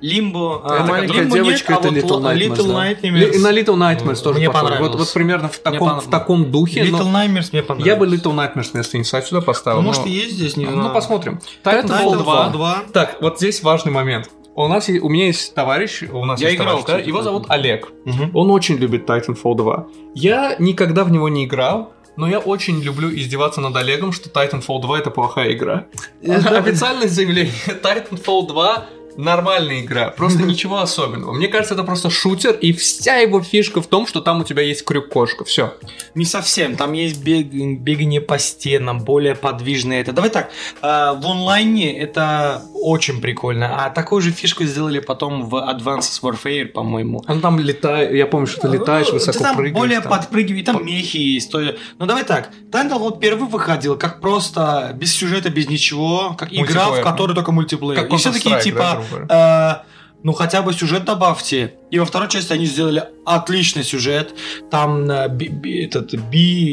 Лимбо. а,
Это Э, маленькая
Лимбо нет,
девочка,
а
это
вот
Little
Lo-
Nightmares,
Little
да.
Ли-
Nightmares.
и на Little Nightmares тоже
Мне
похож. Вот,
понравилось.
вот примерно в таком,
понравилось.
в таком духе.
Little
но
Nightmares мне понравилось.
я бы Little Nightmares вместо Inside сюда
Ну,
поставил.
может,
но-
и есть здесь, не
Ну,
знаю.
посмотрим.
Titanfall
Titanfall 2.
2.
Так, вот здесь важный момент. У нас е- у меня есть товарищ, у нас
Я
есть
играл,
товарищ, да,
кстати,
его
в
зовут
это.
Олег.
Мгм.
Он очень любит Titanfall 2. Я никогда в него не играл, но я очень люблю издеваться над Олегом, что Titanfall 2 это плохая игра.
Э,
Официальное заявление Titanfall 2 нормальная игра, просто ничего особенного. Мне кажется, это просто шутер, и вся его фишка в том, что там у тебя есть крюк-кошка. Все.
Не совсем, там есть бег- бегание по стенам, более подвижное это. Давай так, а, в онлайне это очень прикольно, а такую же фишку сделали потом в Advanced Warfare, по-моему.
Он там летает, я помню, что ты летаешь,
Ну,
высоко
ты там
прыгаешь.
более
там.
подпрыгивай, там мехи есть. То... есть- Ну давай так, Тайндал вот первый выходил как просто без сюжета, без ничего, как игра, в
Мультиплеер.
которой только мультиплеер.
Как
и все такие
Counter-Strike, да,
типа,
грубо говоря.
э, ну хотя бы сюжет добавьте. И во второй части они сделали отличный сюжет. Там э, би- би- этот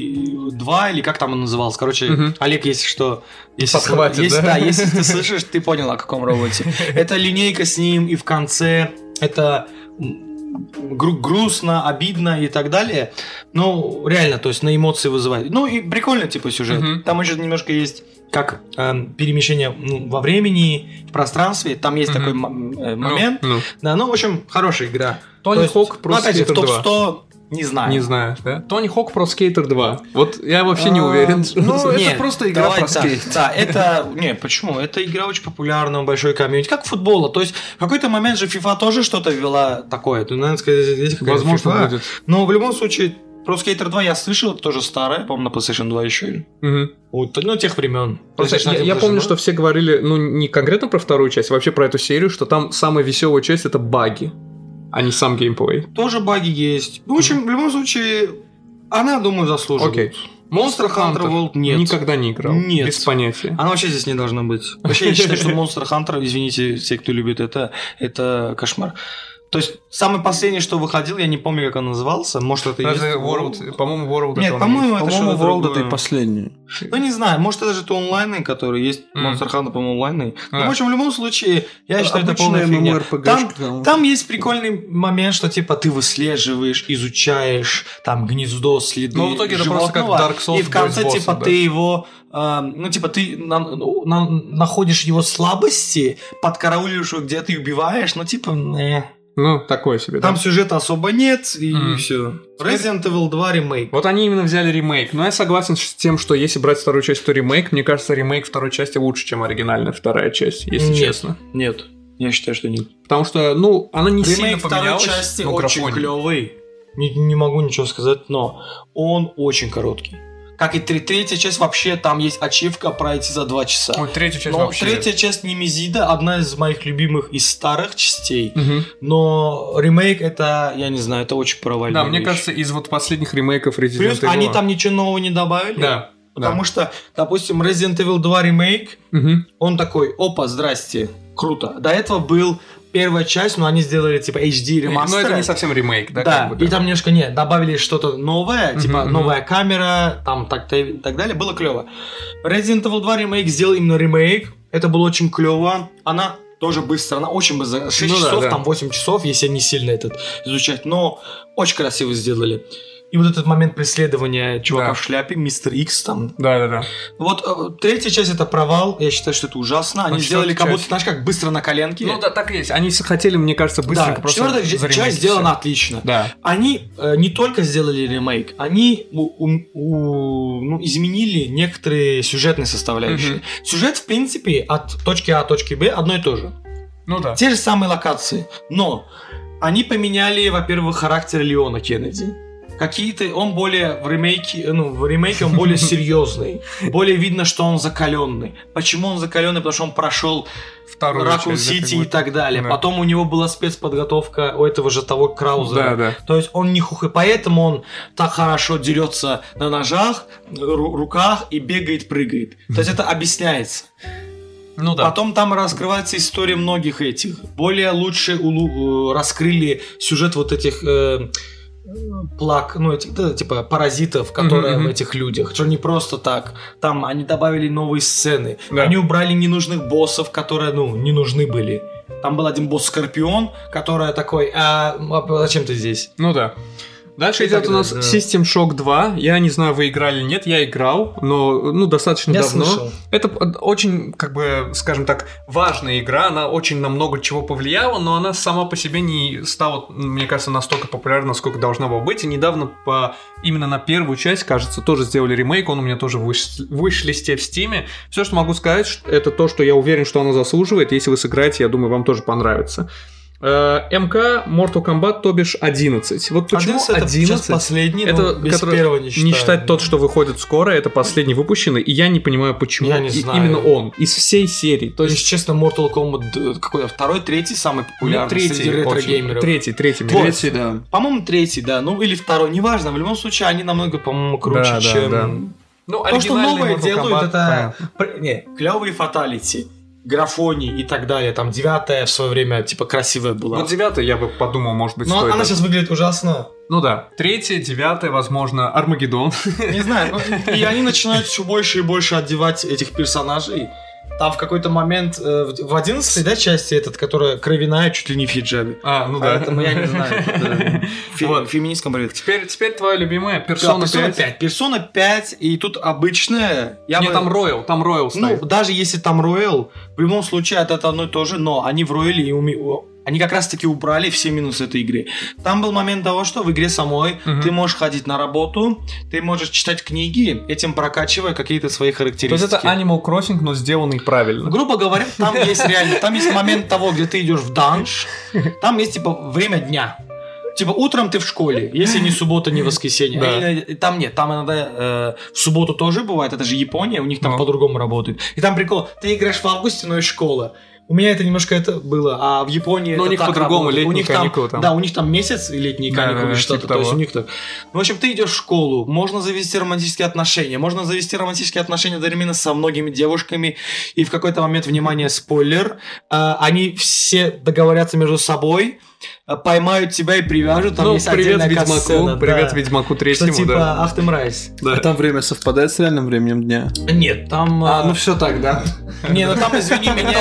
B2 или как там он назывался. Короче,
Мгм.
Олег, если что, если,
Подхватит,
если-
да?
да, если ты слышишь, ты понял, о
<laughs>
каком роботе. Это линейка с ним, и в конце это м, гру- грустно, обидно и так далее. Ну, реально, то есть на эмоции вызывает. Ну, и прикольно, типа, сюжет.
Мгм.
Там еще немножко есть как эм, перемещение ну, во времени, в пространстве. Там есть
Мгм.
такой м- э,
Ну,
момент.
ну.
Да, ну, в общем, хорошая игра. То
Тони
есть,
Хок
ну,
просто
опять же, в
Skater 2.
топ-100 не знаю.
Не знаю, да? Тони Хок про Скейтер 2. Вот я вообще не
А,
уверен.
ну,
что-
это
Нет,
просто игра
давай
про
так.
скейт.
Да, это... Не, почему? Это игра очень популярная, большой комьюнити. Как футбола. То есть, в какой-то момент же FIFA тоже что-то ввела такое. Ну, наверное, сказать, здесь какая-то FIFA.
Возможно, будет.
Но в любом случае, про Skater 2 я слышал, это тоже старое, по-моему, на PlayStation 2 еще. или?
Мгм.
Вот, ну, тех времен.
Просто я, я помню, что все говорили, ну, не конкретно про вторую часть, а вообще про эту серию, что там самая веселая часть это баги, а не сам геймплей.
Тоже баги есть. Ну, в общем, в любом случае, она, думаю, заслуживает.
Окей. Monster
Monster Hunter
Hunter
World нет.
Никогда не играл.
Нет.
Без понятия.
Она вообще здесь не должна быть. Вообще, я
<laughs>
считаю, что Monster Hunter, извините, все, кто любит это, это кошмар. То есть, самое последнее, что выходил, я не помню, как он назывался. Может, это и есть...
Разве World? ну, По-моему, World это
Нет,
он
по-моему, ну, это
По-моему,
что-то
World
другое.
это и последний.
Ну, не знаю, может, это же то онлайны, которые есть.
Мгм.
Monster Hunter, по-моему, онлайны. Ну,
А.
в общем, в любом случае, я считаю, это
Обычная
полная фигня.
MMORPG.
Там- Там есть прикольный момент, что типа ты выслеживаешь, изучаешь там гнездо, следы.
Но Ну, в итоге это просто как
животного,
Dark Souls
И в конце
босс-босса,
типа
да.
ты его, э, ну типа ты на- на- находишь его слабости, подкарауливаешь его где-то и убиваешь, ну типа э.
Ну, такое себе,
там
да.
сюжета особо нет и
Мгм.
все. Resident Evil 2 ремейк.
Вот они именно взяли ремейк. Но я согласен с тем, что если брать вторую часть, то ремейк, мне кажется, ремейк второй части лучше, чем оригинальная вторая часть, если
Нет.
честно.
Нет, я считаю, что нет.
Потому что, ну, она не сильно
Ремейк второй
поменялась.
части
ну,
очень
графоне.
клевый. Не, не могу ничего сказать, но он очень короткий. Как и три- третья часть, вообще там есть ачивка пройти за два часа.
Ой, третью часть
но
вообще.
третья часть Немезида одна из моих любимых из старых частей.
Мгм.
Но ремейк это, я не знаю, это очень провальная
Да, мне
вещь.
кажется, из вот последних ремейков Resident
Плюс
Evil.
они там ничего нового не добавили.
Да.
Потому что, допустим, Resident Evil 2 ремейк,
Мгм.
он такой, опа, здрасте, круто. До этого был первая часть, но они сделали типа HD
Но
ремастер.
Э, ну, это не совсем ремейк, да?
Да,
как бы, да.
и там немножко, нет, добавили что-то новое,
Мгм,
типа
мгм.
новая камера, там так-то и так далее, было клево. Resident Evil 2 ремейк сделал именно ремейк, это было очень клево, она тоже быстро, она очень быстро, 6
Ну да,
часов,
да.
там 8 часов, если не сильно этот изучать, но очень красиво сделали. И вот этот момент преследования чувака
Да.
в шляпе, мистер Икс там.
Да, да, да.
Вот э, третья часть это провал, я считаю, что это ужасно. Они
Ну,
сделали
четвертая
как будто,
часть.
знаешь, как быстро на коленке.
Ну да, так и есть. Они с- хотели, мне кажется, быстренько
да,
просто.
четвертая
заремейкить
часть
всё.
сделана отлично.
Да.
Они э, не только сделали ремейк, они у- у- у- ну, изменили некоторые сюжетные составляющие.
Мгм.
Сюжет, в принципе, от точки А до точки Б одно и то же.
Ну да.
Те же самые локации, но они поменяли, во-первых, характер Леона Кеннеди. Какие-то он более в ремейке, ну, в ремейке
<laughs>
он более серьезный. Более видно, что он закаленный. Почему он закаленный? Потому что он прошел
Вторую
Ракун
часть, да, как
Сити и
будто.
так далее.
Да.
Потом у него была спецподготовка у этого же того Краузера.
Да, да.
То есть он не хух, и поэтому он так хорошо дерется на ножах, ру- руках и бегает, прыгает. То есть это объясняется.
Ну да.
Потом там раскрывается история многих этих. Более лучше улу- э, раскрыли сюжет вот этих э, э, плак, ну этих, да, типа паразитов, которые
Мгм, мгм.
в этих людях. Что не просто так. Там они добавили новые сцены.
Да.
Они убрали ненужных боссов, которые, ну, не нужны были. Там был один босс Скорпион, который такой, а, а зачем ты здесь?
Ну да. Дальше
И
идет
так
у нас
далее, да.
System Shock 2. Я не знаю, вы играли или нет, я играл, но ну, достаточно
Я
давно.
слышал.
Это п- очень, как бы, скажем так, важная игра, она очень на много чего повлияла, но она сама по себе не стала, мне кажется, настолько популярна, сколько должна была быть. И недавно по, именно на первую часть, кажется, тоже сделали ремейк, он у меня тоже в выш- в виш-листе в Стиме. Все, что могу сказать, ш- это то, что я уверен, что оно заслуживает. Если вы сыграете, я думаю, вам тоже понравится. Э, МК Mortal Kombat, то бишь 11. Вот почему
11 это сейчас
11?
последний,
Это,
это без
который-
первого не считаю.
Не считать тот, что выходит скоро, это последний выпущенный, и я не понимаю, почему
Я не
и-
знаю.
именно он из всей серии. То
То есть,
есть
честно, Mortal Kombat д- какой второй, третий самый популярный среди ретро-геймеров.
Третий, третий. мне кажется.
Третий, да.
По-моему, третий, да. Ну, или второй, неважно. В любом случае, они намного, по-моему, круче,
Да, да,
чем...
да. Ну,
То, что
оригинальный
новое
Mortal
делают,
Kombat,
это
понятно.
пр- не, клевые фаталити, графони и так далее. Там девятая в свое время, типа, красивая была. Ну,
Вот девятый я бы подумал, может быть,
типа,
Но
стоит.
она сейчас выглядит ужасно.
Ну да. Третий, девятый, возможно,
<laughs>
Армагеддон.
Не знаю. ну, И они начинают все больше и больше отдевать этих персонажей. Там в какой-то момент, э, в- в 11 да, части этот, которая кровяная, чуть ли не в хиджабе.
А, ну да.
Поэтому я не знаю. да. Фе-
Вот.
Феминистском
<laughs>
проекте.
Теперь, теперь твоя любимая персона
Персона
5.
5. Персона 5, и тут обычная. Я
Не,
бы-
там Ройл, там Ройл
Ну,
стоит.
даже если там Роэл, в любом случае это, это одно и то же, но они в Роэле и уме- о, Они как раз-таки убрали все минусы этой игры. Там был момент того, что в игре самой
Мгм.
ты можешь ходить на работу, ты можешь читать книги, этим прокачивая какие-то свои
То есть
характеристики.
это Animal Crossing, но сделанный правильно.
Грубо говоря, там есть реально, там есть момент того, где ты идешь в данж, там есть типа время дня. Типа утром ты в школе, если не суббота, не воскресенье.
Да.
Или- и Там нет, там иногда э, в субботу тоже бывает, это же Япония, у них там
Ну.
по-другому работает. И там прикол, ты играешь в августе, но и школа. У меня это немножко это было, а в Японии
Ну, у
это
них
так
по-другому,
работает.
летние
у них там,
каникулы там.
Да, А у них там месяц и летние
Да,
каникулы
да, да,
что-то,
типа
то есть
того.
у них так. Ну, в общем, ты идешь в школу, можно завести романтические отношения, можно завести романтические отношения одновременно со многими девушками, и в какой-то момент, внимание, спойлер, э, они все договорятся между собой, э, поймают тебя и привяжут, там
Ну,
есть
привет
отдельная
Ведьмаку,
катсцена,
привет
да.
Ведьмаку
Что
третьему,
типа,
да.
ах ты мразь.
Да.
А там время совпадает с реальным временем дня.
Нет, там...
А,
э,
ну все так, да.
Не, ну там, извини меня...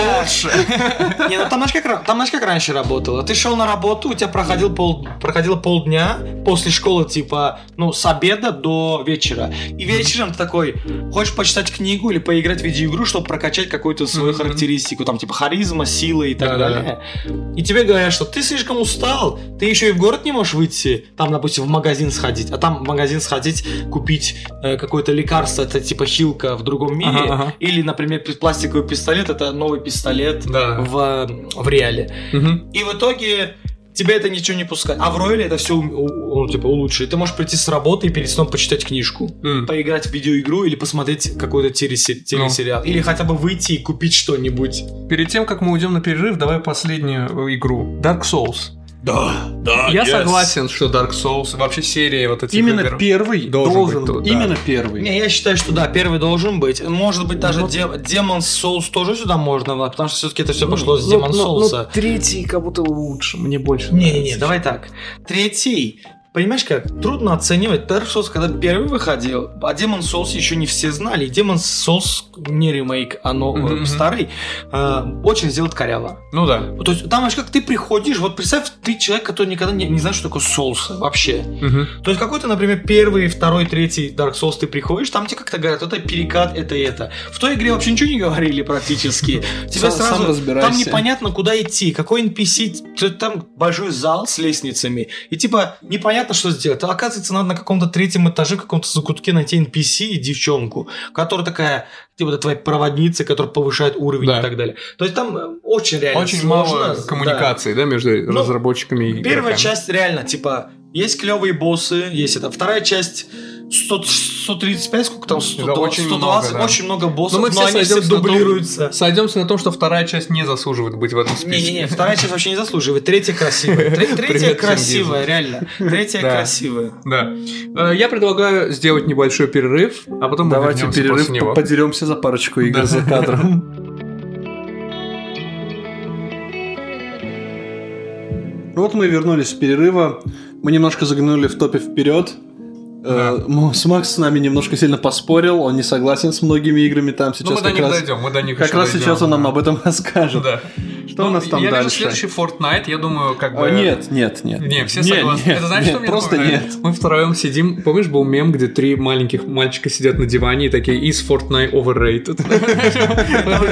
Не, ну там знаешь, как, ра- там знаешь, как раньше работало? Ты шел на работу, у тебя проходил пол, проходило полдня после школы, типа, ну, с обеда до вечера. И вечером ты такой, хочешь почитать книгу или поиграть в видеоигру, чтобы прокачать какую-то свою
Мгм.
характеристику, там, типа, харизма, сила и так
Да-да-да.
далее. И тебе говорят, что ты слишком устал, ты еще и в город не можешь выйти, там, допустим, в магазин сходить, а там в магазин сходить, купить э, какое-то лекарство, это типа хилка в другом мире,
Ага, ага.
или, например, пи- пластиковый пистолет, это новый пистолет
Да.
в, в реале.
Мгм.
И в итоге тебе это ничего не пускает. А в рояле это все типа, улучшит. Ты можешь прийти с работы и перед сном почитать книжку,
М.
поиграть в видеоигру или посмотреть какой-то телесе- телесериал. Или хотя бы выйти и купить что-нибудь.
Перед тем, как мы уйдем на перерыв, давай последнюю э, игру. Dark Souls.
Да, да,
Я согласен, что Dark Souls, вообще серия вот
Типа,
эти
Именно первый
должен
должен,
быть тут, да.
Именно первый.
Не, я считаю, что да, первый должен быть. Может быть, даже
Ну,
Демон Souls тоже сюда можно, потому что все-таки это все пошло с Демон Соуса.
третий как будто лучше, мне больше
Не-не-не, давай так. Третий. Понимаешь как? Трудно оценивать Dark Souls, когда первый выходил, а Demon Souls еще не все знали. Demon Souls не ремейк, оно э,
Мгм.
старый, э, очень сделать коряво.
Ну да.
То есть там, знаешь, как ты приходишь, вот представь, ты человек, который никогда не, не знает, что такое соусы вообще. То есть какой-то, например, первый, второй, третий Dark Souls ты приходишь, там тебе как-то говорят, это перекат, это это. В той игре вообще ничего не
<laughs>
говорили практически. Тебе
Сам- сам
сразу... Там
разбирайся.
непонятно, куда идти, какой NPC, т- там большой зал с лестницами, и типа непонятно, что сделать. А Оказывается, надо на каком-то третьем этаже, в каком-то закутке найти NPC и девчонку, которая такая, типа, это твоя проводница, которая повышает уровень
Да.
и так далее. То есть там э, очень реально
Очень
сложно,
мало
да. Ну,
коммуникаций, да, между разработчиками и
Первая
игроками.
часть реально, типа, есть клевые боссы, есть это. Вторая часть 100, 135, сколько там, 100,
Да, очень
120,
много, да.
очень много боссов,
Но
но,
Ну, мы все
они все
сойдёмся на том-
дублируются.
Сойдемся на том, что вторая часть не заслуживает быть в этом списке.
Не-не-не, вторая часть вообще не заслуживает. Третья красивая. Тре- Третья
Привет,
красивая, реально. Третья
Да.
красивая.
Да. Э, Я предлагаю сделать небольшой перерыв, а потом мы
Давайте
вернёмся
перерыв,
после него.
по- подеремся за парочку игр
Да.
за кадром. Ну Вот мы и вернулись с перерыва. Мы немножко заглянули в топе вперед.
Да.
Э, М- С Макс с нами немножко сильно поспорил, он не согласен с многими играми там
Ну,
сейчас
мы до
как
них
раз.
дойдем, мы до них
Как
ещё
раз
дойдём,
сейчас он нам
да.
об этом <laughs> расскажет.
Да. Ну,
Что Что у нас там
я
дальше?
вижу следующий Fortnite, я думаю, как бы...
А, Нет, нет, нет.
Не, все
Не,
согласны.
нет,
Это знаешь,
нет,
что мне
просто
напоминает?
нет.
Мы втроем сидим. Помнишь, был мем, где три маленьких мальчика сидят на диване и такие «Is Fortnite overrated?»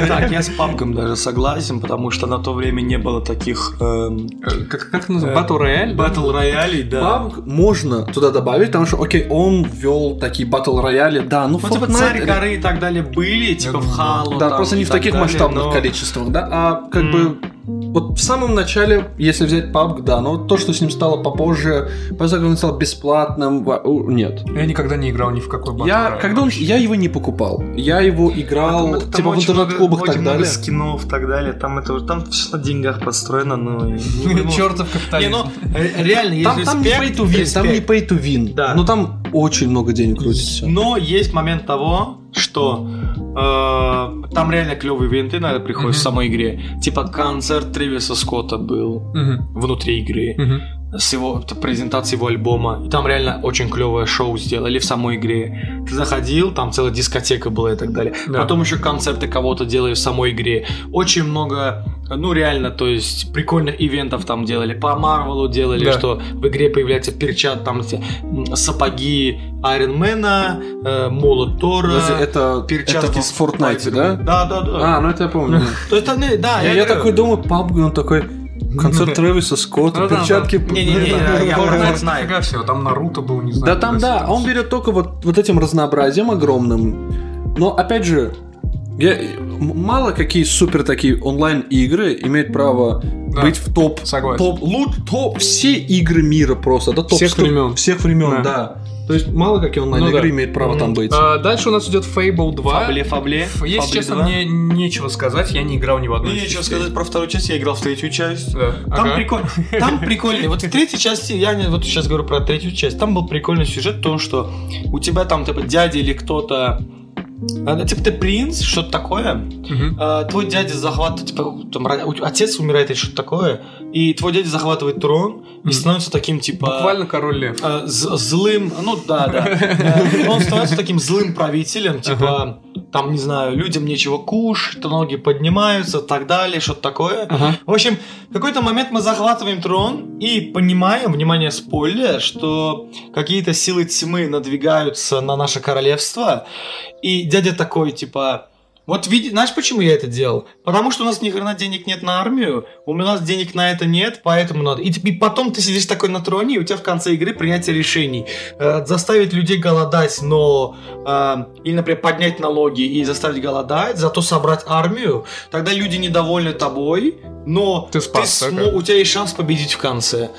Так, я с папком даже согласен, потому что на то время не было таких эм,
Э, Как как называется? Battle Royale? да?
батл роялей, да.
PUBG можно туда добавить, потому что, окей, он ввел такие батл рояли, да, ну,
Ну, типа
Fortnite-
царь горы и так далее были, типа в Халу.
Да,
там
просто
и
не в
так
таких
далее,
масштабных
но-
количествах, да, а как
М.
бы вот в самом начале, если взять PUBG, да, но то, что с ним стало попозже, после того, как он стал бесплатным, во- у- нет.
Я никогда не играл ни в какой Battle
Я,
Royale
когда он,
вообще.
я его не покупал, я его играл,
Там- там
типа в
очень много-
интернет-клубах
очень
так
много
далее.
скинов и так далее. Там это там все на деньгах подстроено, но...
Чертов
Э, Не,
капитализм.
ну, ре- реально, есть
Там, там не pay
респект,
to win, там не
респект.
pay to win,
Да.
но там очень много денег крутится.
Но есть момент того, что э, там реально клевые винты надо приходят в
Мгм.
самой игре. Типа концерт Тревиса Скотта был
Мгм,
внутри игры,
мгм.
с его т- презентацией его альбома. И там реально очень клевое шоу сделали в самой игре. Ты заходил, там целая дискотека была и так далее.
Да.
Потом еще концерты кого-то делали в самой игре. Очень много, ну реально, то есть прикольных ивентов там делали. По Марвелу делали,
Да.
что в игре появляются перчат, там все, м, сапоги Айронмена, э, молот Тора,
Подожди, это,
перчатки
это в Fortnite, да?
Да, да, да.
А, ну это я
<laughs>
помню.
То есть, там, э, да,
Я, я
говорю.
такой думаю, PUBG, он такой,
<laughs>
концерт Трэвиса Скотта,
Ну да,
перчатки...
да.
<laughs>
Не-не-не, я- я
Fortnite,
Fortnite.
нифига всего, там Наруто был, не
Да
знаю.
там, да, а он берет только вот, вот этим разнообразием огромным. Но, опять же, я, м- мало какие супер такие онлайн-игры имеют право
Да.
быть в топ...
Согласен.
Топ, лут, топ, все игры мира просто, да, топ
Всех
сто-
времен.
Всех времен, да.
Да.
То есть мало какие онлайн-игры
Ну да.
имеют право там быть.
А, Дальше у нас идет Fable 2.
Фабле, фабле.
Ф- Если
Фабле
честно,
2.
мне нечего сказать, я не играл ни в одну.
Мне
из
нечего
частей.
сказать про вторую часть, я играл в третью часть.
Да,
Там,
ага.
приколь- там прикольный. Вот в третьей части, я не, вот сейчас говорю про третью часть, там был прикольный сюжет в том, что у тебя там типа дядя или кто-то, а, типа ты принц, что-то такое,
Мгм.
а, твой дядя захватывает, типа, там, ра- у- отец умирает или что-то такое, и твой дядя захватывает трон и
Мгм.
становится таким типа...
Буквально король лев.
э, з- злым, ну да, да.
<laughs>
Э, Он становится таким злым правителем, типа, там, не знаю, людям нечего кушать, ноги поднимаются, так далее, что-то такое. В общем, в какой-то момент мы захватываем трон и понимаем, внимание, спойлер, что какие-то силы тьмы надвигаются на наше королевство. И дядя такой, типа, вот види, знаешь, почему я это делал? Потому что у нас ни хрена денег нет на армию, у нас денег на это нет, поэтому надо. И, типа, и потом ты сидишь такой на троне, и у тебя в конце игры принятие решений. Э, заставить людей голодать, но... э, или, например, поднять налоги и заставить голодать, зато собрать армию. Тогда люди недовольны тобой, но
Ты спас,
ты
да,
смо- у тебя есть шанс победить в конце.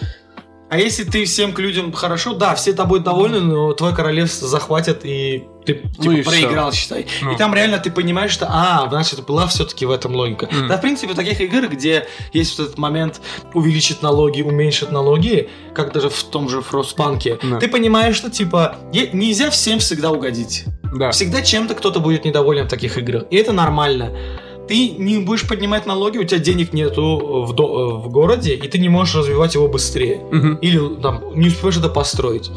А если ты всем к людям хорошо, да, все тобой довольны, но твое королевство захватят и ты типа,
Ну и всё.
проиграл, считай.
Ну.
И там реально ты понимаешь, что а, значит, была все-таки в этом логика.
Мгм.
Да, в принципе, таких игр, где есть вот этот момент увеличить налоги, уменьшить налоги, как даже в том же Фростпанке,
Да.
ты понимаешь, что типа е- нельзя всем всегда угодить.
Да.
Всегда чем-то кто-то будет недоволен в таких играх. И это нормально. Ты не будешь поднимать налоги, у тебя денег нету в, до- э, в городе, и ты не можешь развивать его быстрее.
Мгм.
Или там не успеешь это построить.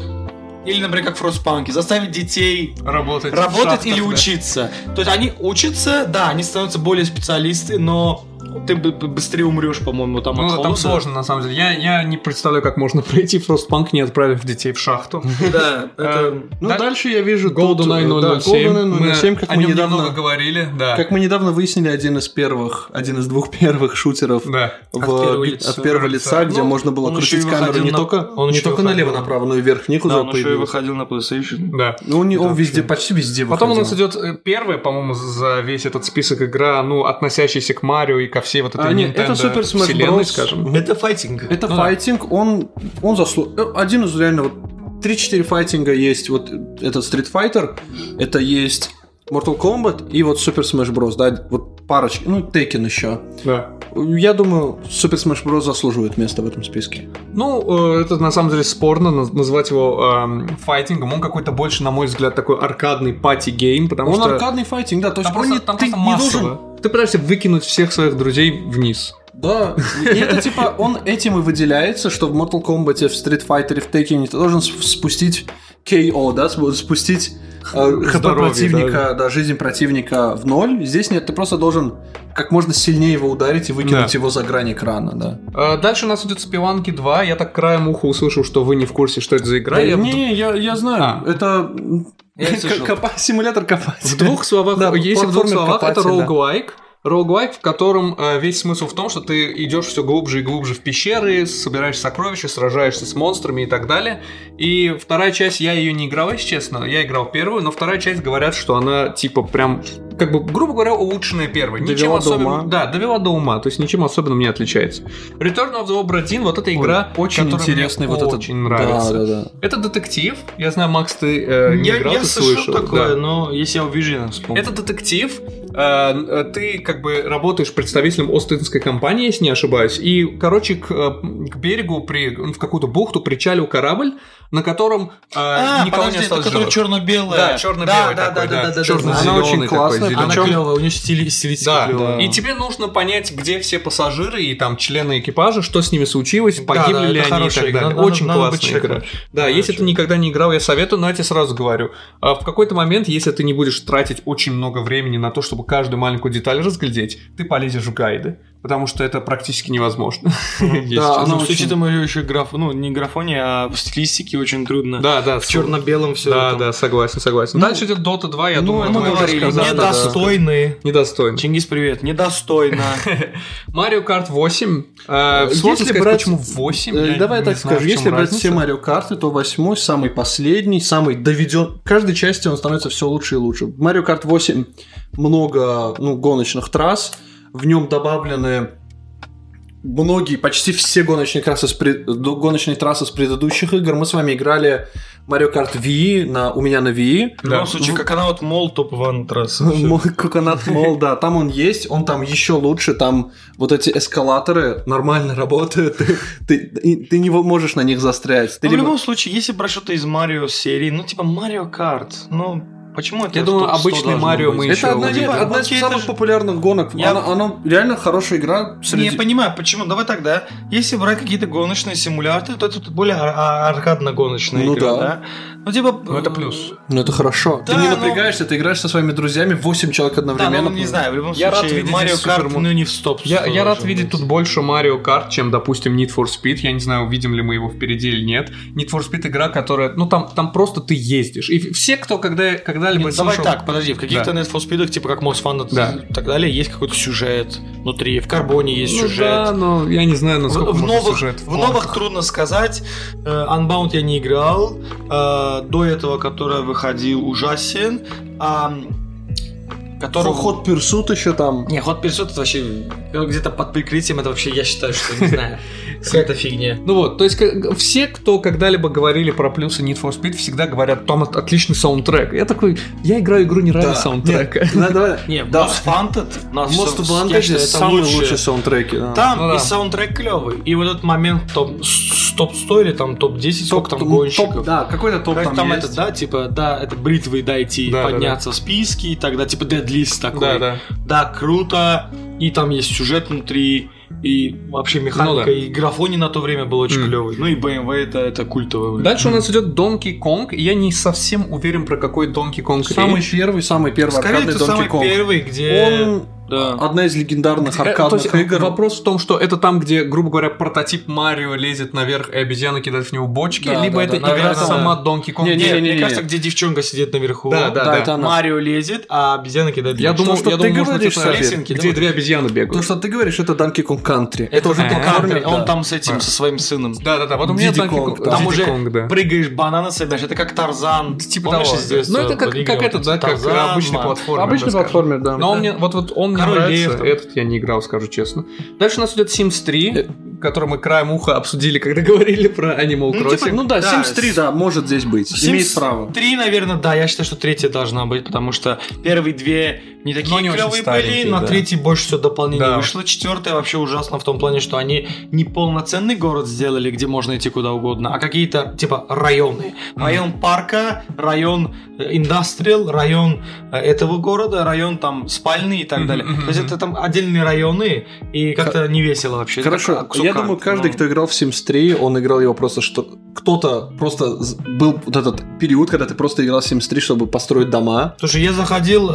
Или, например, как в Фростпанке, заставить детей
Работать. в
работать
шахтах,
или
да.
учиться. То есть они учатся, да, они становятся более специалисты, но ты б- б- быстрее умрешь, по-моему, там
Ну,
от
там
холода.
сложно, на самом деле. Я, я не представляю, как можно <laughs> пройти Фростпанк, не отправив детей в шахту.
<laughs>
Э,
Да, это...
ну,
да-
дальше я вижу тут,
GoldenEye
э, да,
007.
GoldenEye 007, как
о
мы
нем
недавно...
немного говорили, да.
Как мы недавно выяснили, один из первых, один из двух <laughs> первых шутеров
Да.
в-
От первого лица.
от первого лица,
Ну,
где можно было
он еще
крутить
и
камеру
выходил
не
на-
только,
он
не
еще
только
выходил.
налево-направо, но и вверх-вниз уже появилось.
выходил на PlayStation.
Да.
Ну, он, не- он
Да,
везде,
вообще.
почти везде
Потом у
выходил.
нас идет э, первая, по-моему, за весь этот список игра, ну, относящаяся к Марио и ко всей вот этой
А, нет, это
Nintendo
Super Smash
вселенной,
Bros.
скажем.
Это файтинг.
Это
Ну да.
файтинг, он, он заслу... э, Один из реально вот 3-4 файтинга есть. Вот этот Street Fighter, это есть Mortal Kombat и вот Super Smash Bros. Да, вот парочки. Ну, Tekken еще.
Да.
Я думаю, Super Smash Bros. заслуживает места в этом списке.
Ну, э, это на самом деле спорно наз- назвать его эм, файтингом. Он какой-то больше, на мой взгляд, такой аркадный пати-гейм, потому
он
что...
аркадный файтинг, да. То есть
Там
он
просто,
не-
там
ты
просто
не
массово.
должен
Ты пытаешься выкинуть всех своих друзей вниз.
Да, и это типа он этим и выделяется, что в Mortal Kombat, в Street Fighter, в Tekken ты должен сп- спустить KO, да, сп- спустить э, хп
Здоровье,
противника, да. жизнь противника в ноль. Здесь нет, ты просто должен как можно сильнее его ударить и выкинуть
Да.
его за грань экрана, да.
А, Дальше у нас идет Спиванки 2. Я так краем уха услышал, что вы не в курсе, что это за игра. Я в д-
Э, не, я, я знаю.
А.
Это м,
Я не слышал.
копа- симулятор копать.
В двух словах,
Да,
если в двух
платформер
словах, это
копатель, да.
роуглайк. Роуглайк, в котором э, весь смысл в том, что ты идешь все глубже и глубже в пещеры, собираешь сокровища, сражаешься с монстрами и так далее. И вторая часть, я ее не играл, если честно, я играл первую, но вторая часть говорят, что она типа прям, как бы, грубо говоря, улучшенная первой. Довела
до
особенным-
ума.
Да, довела до ума, то есть ничем особенным не отличается. Return of the Obra Dinn, вот эта игра,
очень
которая мне
интересный вот этот.
очень нравится.
Да, да, да.
Это детектив, я знаю, Макс, ты э, не
я,
играл,
я
ты
слышал
слышал.
такое,
да.
но если я увижу, я вспомню.
Это детектив. Э, э, Ты как бы работаешь представителем Остинской компании, если не ошибаюсь. И, короче, к, э, к берегу, при, ну, в какую-то бухту причалил корабль, на котором э,
а,
никого
подожди,
не
это
осталось
который
живых.
черно-белый.
Да, черно-белый такой, да.
Она
Черно-зеленый
очень
такой,
классная,
зеленый.
Она
Причем-
клевая, у нее стили- стилистика
Да,
клевая.
и тебе нужно понять, где все пассажиры и там члены экипажа, что с ними случилось, погибли
Да, да,
ли
это
они и
хорошая
так
игра,
далее.
надо-
Очень
надо бы
классная игра.
чекнуть.
Да,
Надо
если ты
чекнуть.
никогда не играл, я советую, но я тебе сразу говорю, а, в какой-то момент, если ты не будешь тратить очень много времени на то, чтобы каждую маленькую деталь разглядеть, ты полезешь в гайды, потому что это практически невозможно. <laughs> Если
Да,
честно.
она
Ну, с
очень-
учетом ее еще граф, ну не графоне, а в стилистике очень трудно.
Да, да,
в черно-белом все.
Да, да, согласен, соглен.
Ну,
Дальше идет Dota 2, я
ну,
думаю,
это
мы
можно
говорили,
сказать,
да,
да,
да.
Недостойные.
Недостойно.
Чингис,
<laughs>
привет. Недостойно.
Марио Карт 8. Э,
Если
сложно сказать,
брать-
почему 8?
Э, Давай я так скажу, если брать все Марио карты, то восьмой самый последний, самый доведен. В каждой части он становится все лучше и лучше. В Марио Карт 8 много ну, гоночных трасс, в нем добавлены многие, почти все гоночные трассы, с пред- до- гоночные трассы с предыдущих игр. Мы с вами играли Марио Карт Wii, на... у меня на Wii.
В любом случае, как она вот мол топ
<laughs>
ван трасс.
Мол, <laughs> Coconut Mall, да, там он есть, он там еще лучше, там вот эти эскалаторы нормально работают, ты, и ты не можешь на них застрять. Ты
Ну, в
либо-
любом случае, если брать что-то из Марио серии, ну типа Марио Карт, ну почему это?
Я
в
думаю,
топ-сто
обычный
должно
Марио
быть?
мы еще
Это одна,
увидим.
из- одна из
Окей,
самых
это ж-
популярных гонок.
Я-
Она, она реально хорошая игра.
Не
среди-
понимаю, почему. Давай тогда. Если брать какие-то гоночные симуляторы, то это тут более ар- ар- аркадно-гоночные
Ну
игры,
да.
да. Ну типа...
Ну, это плюс.
Ну это хорошо.
Да,
ты не
но-
напрягаешься, ты играешь со своими друзьями, 8 человек
Да,
одновременно.
ну, не знаю, в любом
Я рад
случае,
видеть
Марио
здесь
Карт,
Супермон.
ну не в стоп.
Я, я рад видеть
тут
тут больше Марио Карт, чем, допустим, Need for Speed. Я не знаю, увидим ли мы его впереди или нет. Need for Speed игра, которая... Ну, там, там просто ты ездишь. И все, кто когда, когда-либо
Нет, давай
слушал-
так, подожди, в каких-то Net for Speed, типа как Most Wanted
Да.
и так далее, есть какой-то сюжет внутри, в Карбоне есть
Ну
сюжет.
да, но я не знаю,
В,
насколько
в
можно
новых,
сюжет.
в новых трудно сказать. Э, Unbound я не играл. Э, До этого, который выходил, ужасен. А, который...
Ход персут еще там.
Не, ход 500 это вообще ну, где-то под прикрытием, это вообще, я считаю, что не <laughs> знаю. Какая-то фигня.
Ну вот, то есть как- все, кто когда-либо говорили про плюсы Need for Speed, всегда говорят, там от- отличный саундтрек. Я такой, я играю игру не ради
Да.
саундтрека.
<laughs> Да,
<laughs>
давай.
Не,
Да.
Most Wanted, нас
Most
всё-
Wanted
я считаю,
здесь
это
самые
лучшее.
лучшие саундтреки. да.
Там
Ну да.
и саундтрек клевый. И вот этот момент топ, с- топ-100 или там топ-10, сколько там
Топ-
гонщиков.
топ- да, какой-то топ
Как
там,
там,
есть.
это, да, типа, да, это бритвы дойти,
Да, да,
подняться в списке, и тогда, типа, дедлист такой. Да, круто, и там есть сюжет внутри, и вообще механика,
Ну да.
и графони на то время был очень
М.
клевый. Ну и BMW это, это культовый.
Дальше у нас идет Donkey Kong. и Я не совсем уверен, про какой Donkey Kong
Самый
речь. Э,
первый, самый первый
Скорее,
аркадный
это
Donkey
самый
Kong.
первый, где...
Он
Да.
одна из легендарных
Э, то
аркадных
есть
игр.
Вопрос в том, что это там, где, грубо говоря, прототип Марио лезет наверх, и обезьяна кидает в него бочки,
Да,
либо
да,
это
да,
игра
наверное,
сама Donkey Kong.
Не, не,
Нет,
не,
мне
не,
кажется,
не.
где девчонка сидит наверху.
Да,
Да,
да, да.
это она.
Марио лезет, а обезьяна кидает
Я
дочь.
думал,
что
я
ты
думал, может
говоришь,
быть, это
Софи,
лесенки, где
да?
две обезьяны
То,
бегают.
что ты говоришь, это Donkey Kong Country.
Это уже
А,
Кантри,
да.
он там с этим,
Да.
со своим сыном.
Да, да, да. Вот у меня
Diddy
Donkey
Kong,
Kong.
да.
Там
Diddy
уже
Kong,
да.
Прыгаешь, бананы собираешь, это как Тарзан.
Типа
Помнишь,
того.
из детства
Ну, это как-
были
как
вот
это,
эти
да, как
Тарзан,
обычный
Ман.
платформер.
типа Обычный
так скажем.
платформер, да.
Но он мне, вот, вот он мне
Король
нравится,
Лев, там.
этот я не играл, скажу честно. Дальше у нас идет Sims
Э.
3, который мы краем уха обсудили, когда <laughs> говорили про Animal
Ну,
Crossing.
типа,
Ну да,
Да,
Sims 3,
с-
да, может здесь быть.
Sims
Имеет право.
Три, наверное, да, я считаю, что третья должна быть, потому что первые две не такие
Но они очень
клевые были,
старенькие,
на
да.
третьей больше все дополнение
Да.
вышло. Четвертая вообще ужасно в том плане, что они не полноценный город сделали, где можно идти куда угодно, а какие-то типа районы. Район парка, район э, индастриал, район э, этого города, район там спальный и так
Мгм,
далее.
мгм,
То есть
мгм.
это там отдельные районы, и как-то не весело вообще.
Хорошо,
Это как ну.
я думаю,
сукарт,
каждый,
но-
кто играл в Sims 3, он играл его просто что кто-то просто з- был вот этот период, когда ты просто играл в Sims 3, чтобы построить дома,
Слушай, я заходил...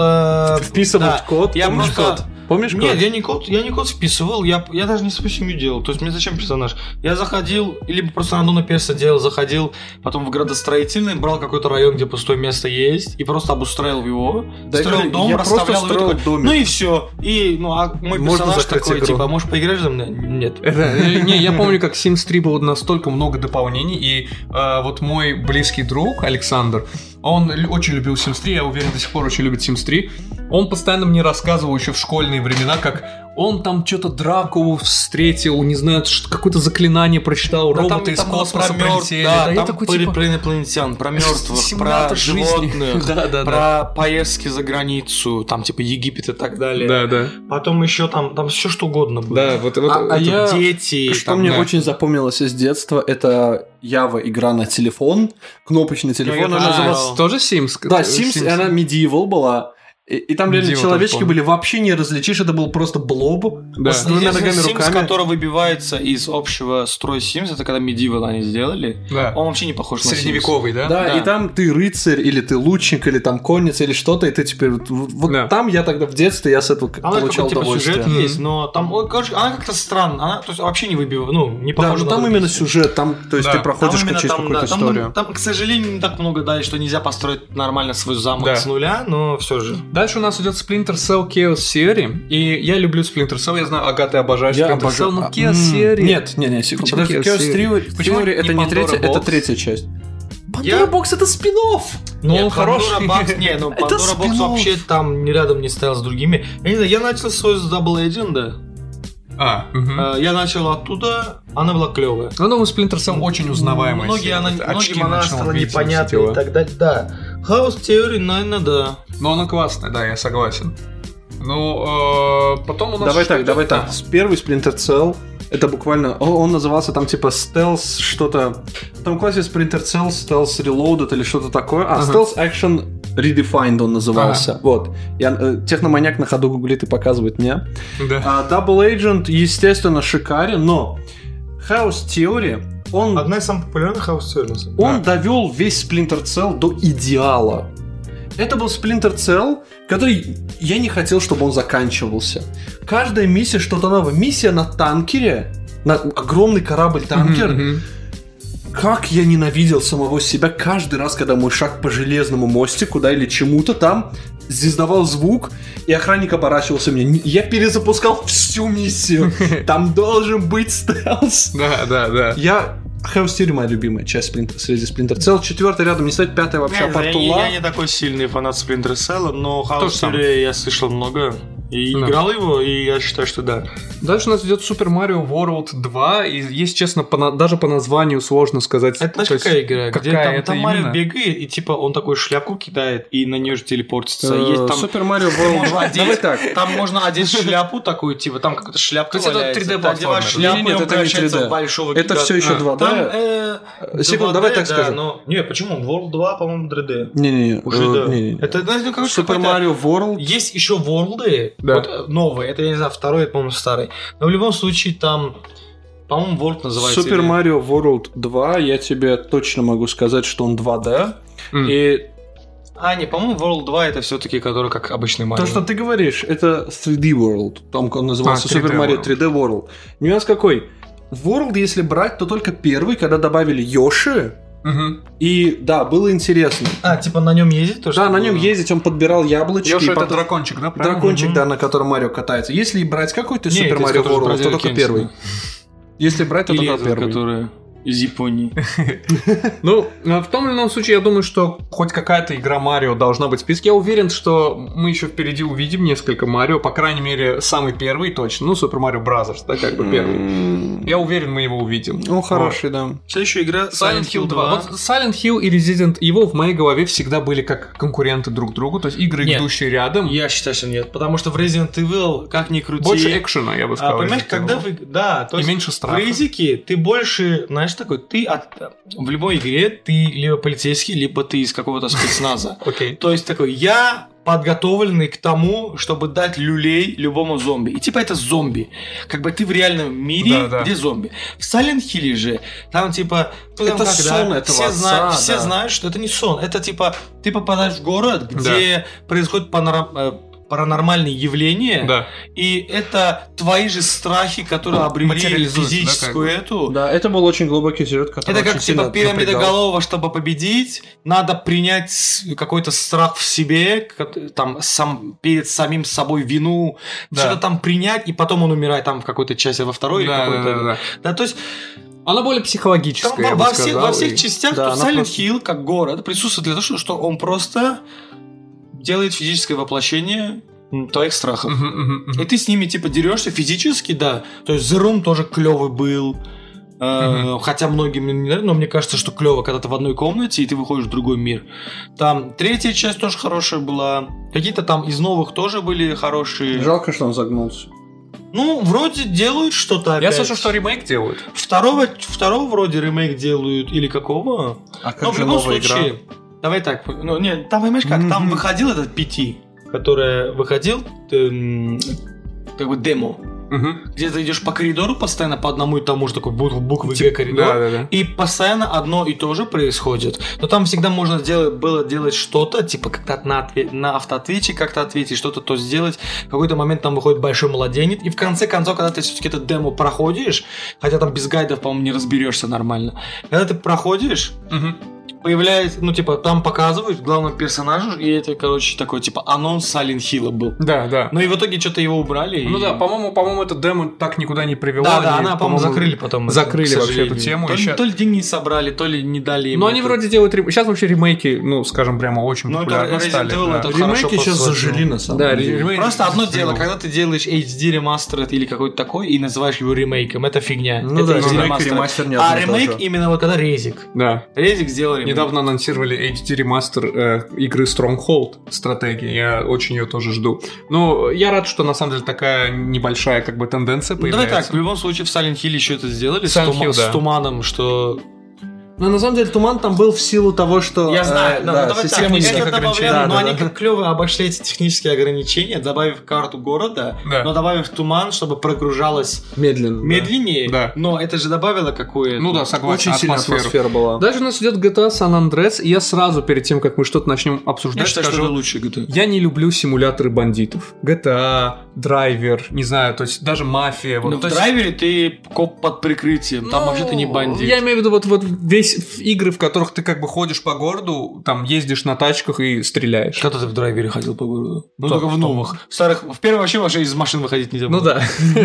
э,
вписывать
да.
код.
Я
Помнишь
просто-
код? Помнишь код?
Нет, я не код, я не код вписывал, я, я даже не свою семью делал. То есть мне зачем персонаж? Я заходил, либо просто рандомно перса делал, заходил, потом в градостроительный, брал какой-то район, где пустое место есть, и просто обустраивал его,
Да я
строил
говорю,
дом,
я просто
расставлял его
строил
такой,
домик.
Ну и все. И, ну, а мой
Можно
персонаж
закрыть
такой,
игру.
типа, можешь поиграешь за мной? Нет.
<laughs> Э, Не, я помню, как Sims 3 было настолько много дополнений, и э, вот мой близкий друг Александр, он лю- очень любил Sims 3, я уверен, до сих пор очень любит Sims 3. Он постоянно мне рассказывал еще в школьные времена, как он там что-то Дракулу встретил, не знаю, ш- какое-то заклинание прочитал,
Да
роботы из
там было
космоса
про мёртв-
прилетели.
Да,
Да, я
там
такой,
про
типа,
про инопланетян, про мертвых, про
симулятор жизни.
животных,
<laughs> Да, да, да.
про поездки за границу, там типа Египет и так далее.
Да, да.
Потом еще там, там все что угодно было.
Да, вот, вот
А- а
это-
я-
ну, дети.
Что
там,
мне
да.
очень запомнилось из детства, это Ява игра на телефон, кнопочный телефон.
Ну, я
она
тоже
называлась-
играл.
А, Тоже Sims?
Да, Sims, и она medieval была. И, и там реально
Medieval
человечки
тоже
были вообще не различишь, это был просто блоб.
Да.
с двумя
Единственный
ногами
Sims,
руками.
который выбивается из общего строя Sims, это когда Medieval они сделали.
Да.
Он вообще не похож на Sims.
Средневековый, да?
Да,
Да.
и там ты рыцарь, или ты лучник, или там конец, или что-то, и ты теперь... Вот, вот
Да.
там я тогда в детстве, я с этого
Она
получал
какой-то, типа,
удовольствие.
сюжет
Мгм.
есть, но там, ой, короче, она как-то странно, она то есть, вообще не выбивает, ну, не
Да, ну
похожа на
там
другие
именно
Sims.
сюжет, там, то есть
Да.
ты проходишь,
Там именно
качаешь
там,
какую-то
да, там,
историю.
Там, к сожалению, не так много дали, что нельзя построить нормально свой замок
Да.
с нуля, но все же.
Дальше у нас идет Splinter Cell Chaos Theory. И я люблю Splinter Cell, я знаю, Ага, ты обожаешь Splinter Cell, но
А,
Chaos
м,
Theory...
Нет, не, не, секунду.
Почему
Подожди,
Chaos
Chaos
Theory?
Theory-
Почему
Theory
не
это не
Pandora
третья, это
Box?
третья часть.
Я-
Pandora Box это спин
но
Нет,
он
Pandora
хороший.
Box- не, <laughs> ну
Это
Pandora Box
спин-офф.
вообще там ни рядом не стоял с другими. Я не знаю, я начал свой с Double Agenda.
А, мгм.
Э, Я начал оттуда, она была клевая.
Ну, думаю, Splinter Cell очень узнаваемый.
Многие она,
Очки
многим она
ночного
стала
видения, все
непонятной
дела.
и так далее. Да. Хаос теории, наверное, да.
Но она классная, да, я согласен. Ну, э, потом у нас... А.
Давай
что
так,
идет?
давай так. С- Первый Splinter Cell, это буквально... о, Он назывался там типа Stealth что-то... Там классе Splinter Cell, Stealth Reloaded или что-то такое. А,
Ага.
Stealth Action Redefined он назывался. Вот. Я, э, техноманьяк на ходу гуглит и показывает мне.
Да.
А, Double Agent, естественно, шикарен, но House Theory,
Хм.
он,
из самых популярных хаос теорий.
он довел весь Splinter Cell до идеала. Это был Splinter Cell, который я не хотел, чтобы он заканчивался. Каждая миссия что-то новое. Миссия на танкере, на огромный
А,
корабль-танкер,
Мгм, мгм.
как я ненавидел самого себя каждый раз, когда мой шаг по железному мостику, да, или чему-то там, издавал звук, и охранник оборачивался мне. Н- Я перезапускал всю
<laughs>
миссию. Там должен быть стелс.
Да, да, да.
Я... Chaos Theory моя любимая часть Splinter- среди Splinter Cell. Четвертая рядом не стоит, пятая вообще а
я, не,
Апартула.
я не такой сильный фанат Splinter Cell, но хаос
сам.
теории я слышал много. И
Да.
играл его, и я считаю, что да.
Дальше у нас идет Super Mario World 2, и, если честно, по на- даже по названию сложно сказать.
Это знаешь,
то есть,
какая игра? Где
какая
там,
это
там Марио
именно?
бегает, и типа он такой шляпку кидает, и на нее же телепортится.
Э,
Есть там...
Супер Марио
<laughs> можешь
World.
одеть.
Давай так.
Там можно одеть шляпу такую, типа, там какая-то шляпка
То есть это
валяется,
3D
ты одеваешь
платформер.
шляпу,
Нет,
и он
это не
превращается
3D.
в большого
Это
гиганта.
все еще
А,
2D.
Там, э,
Секунду,
2D,
давай так
да,
скажем.
но- Не, почему? World 2, по-моему, 3D.
Не-не-не.
Уже
э,
да.
не-не-не.
Это, знаешь, ну, короче,
Супер
какой-то-
Марио World.
Есть еще Ворлды,
Да.
вот, э, новые, это, я не знаю, второй, это, по-моему, старый. Но в любом случае там, по-моему, World называется.
Супер
или-
Марио World 2, я тебе точно могу сказать, что он 2D.
Хм.
М.
И
А, не, по-моему, World 2 это все-таки, который как обычный Марио.
то, что ты говоришь, это 3D World. Там он назывался
А, 3D
Супер Марио
World.
3D World. Нюанс какой? World, если брать, то только первый, когда добавили Йоши.
Мгм.
И да, было интересно.
А, типа на нем ездит тоже?
Да, на нем ездить, он подбирал яблочки.
Ёж,
и
это
потом-
дракончик, да? правильно?
Дракончик,
Мгм.
да, на котором Марио катается. Если брать какой-то
Не,
Супер
это из
Марио
которого
World, то
бродили
только
Кенсина.
первый. Если брать, то
Или
только
этот,
первый.
который из Японии.
Ну, э, в том или ином случае, я думаю, что хоть какая-то игра Марио должна быть в списке. Я уверен, что мы еще впереди увидим несколько Марио, по крайней мере, самый первый точно. Ну, Супер Марио Бразерс, да, как бы первый.
М,
Я уверен, мы его увидим.
Ну,
Он хороший, да.
Следующая игра
Silent Hill 2. Вот Silent Hill и Resident Evil в моей голове всегда были как конкуренты друг другу, то есть игры,
Нет.
идущие рядом.
Я считаю, что нет, потому что в Resident Evil, как ни крути...
Больше экшена, я бы
а,
сказал.
понимаешь,
Resident
когда
Evil.
вы... Да, то
И
есть
меньше
в
страха.
Резике ты больше, знаешь, такой, ты от- в любой игре ты либо полицейский, либо ты из какого-то спецназа. <laughs>
Окей.
То есть такой, я подготовленный к тому, чтобы дать люлей любому зомби. И типа это зомби. Как бы ты в реальном мире,
Да-да.
где зомби. В Silent Hill же, там типа... ну,
Это
там
сон этого
все,
отца,
знают, все
да.
знают, что это не сон. Это типа ты попадаешь в город, где происходит панора- э, паранормальные явления,
Да.
и это твои же страхи, которые обрели
Материализуются, да,
физическую
как
эту.
Да, это был очень глубокий сюжет, который
Это как
очень сильно
типа пирамида
напрягал.
голова, чтобы победить, надо принять с- какой-то страх в себе, ко- там сам перед самим собой вину,
Да.
что-то там принять, и потом он умирает там в какой-то части во второй. или
Да, да,
какой-то-
да, да.
Да, то есть
Она более психологическая,
там
я
во,
бы
во всех,
сказал,
во всех
и-
частях
Да,
то
она
Silent
просто-
Hill, как город, присутствует для того, что- что он просто делает физическое воплощение м, твоих страхов.
Мгм, мгм, мгм.
И ты с ними типа дерешься физически, да. То есть The Room тоже клевый был. Э, Хотя многим не нравится, но мне кажется, что клево, когда ты в одной комнате и ты выходишь в другой мир. Там третья часть тоже хорошая была. Какие-то там из новых тоже были хорошие.
Жалко, что он загнулся.
Ну, вроде делают что-то
Я
опять.
слышал, что ремейк делают.
Второго, второго вроде ремейк делают или какого?
А
но Ну, в любом случае, давай так. Ну, не, там, понимаешь, как, там
Мгм.
выходил этот пяти, который выходил, эм, как бы демо.
Мгм.
где ты идешь по коридору постоянно по одному и тому же такой буквы, буквы Г коридор.
Да, да, да.
И постоянно одно и то же происходит. Но там всегда можно делать, было делать что-то, типа как-то на, отве- на автоответчик как-то ответить, что-то то сделать. В какой-то момент там выходит большой младенец. И в конце концов, когда ты все-таки это демо проходишь, хотя там без гайдов, по-моему, не разберешься нормально. Когда ты проходишь,
Мгм.
появляется, ну, типа, там показывают главному персонажу, и это, короче, такой, типа, анонс Silent Хилла был.
Да, да.
Ну и в итоге что-то его убрали.
Ну
и-
да, по-моему, по-моему, это демо так никуда не привело.
Да, да,
Они,
она, по-моему, закрыли потом.
закрыли
к
вообще
сожалению.
эту тему,
То, ли-
и ща-
то ли деньги не собрали, то ли не дали им.
Но они
это.
вроде делают ремейки. Сейчас вообще ремейки, ну, скажем прямо, очень
Ну, это
популярны
Resident
стали.
Evil,
да.
это хорошо
Ремейки сейчас
подсложил.
зажили, на самом
Да,
деле.
ремейки
Ну, Просто одно дело,
зажили.
когда ты делаешь HD ремастер или какой-то такой и называешь его ремейком, это фигня.
Ну
это
да,
HD
ремейк и
ремастер.
ремастер не
А
одно и то
ремейк
же.
именно вот когда резик.
Да.
Резик сделал ремейк.
Недавно анонсировали HD ремастер э, игры Stronghold стратегии. Я очень ее тоже жду. Но я рад, что на самом деле такая небольшая как бы тенденция
Ну, Давай
появляется.
так, в любом случае в Silent Hill еще это сделали с,
Silent
тума-
Hill, да.
с туманом, что...
Но на самом деле туман там был в силу того, что...
Я
э,
знаю, да, ну, давай так,
система
технических
это
ограничений.
Да,
добавляли, но
да,
они
да.
как клево обошли эти технические ограничения, добавив карту города,
Да.
но добавив туман, чтобы прогружалась
медленно. да.
медленнее,
Да.
но это же добавило какое-то...
Ну да, согласен.
Очень сильная
атмосферу.
атмосфера была.
Дальше у нас идет GTA San Andreas, и я сразу перед тем, как мы что-то начнем обсуждать,
Я считаю, что
скажу,
это лучше GTA.
я не люблю симуляторы бандитов. GTA, драйвер, не знаю, то есть даже мафия. вот,
Ну, в
то есть-
драйвере ты коп под прикрытием, там
Ну,
вообще ты не бандит.
Я имею в виду вот, вот весь в- игры, в которых ты как бы ходишь по городу, там ездишь на тачках и стреляешь.
Когда ты в драйвере ходил по городу? Ну,
Так,
только в
там.
новых. В старых, в первых вообще вообще из машин выходить нельзя
Ну
было.
да.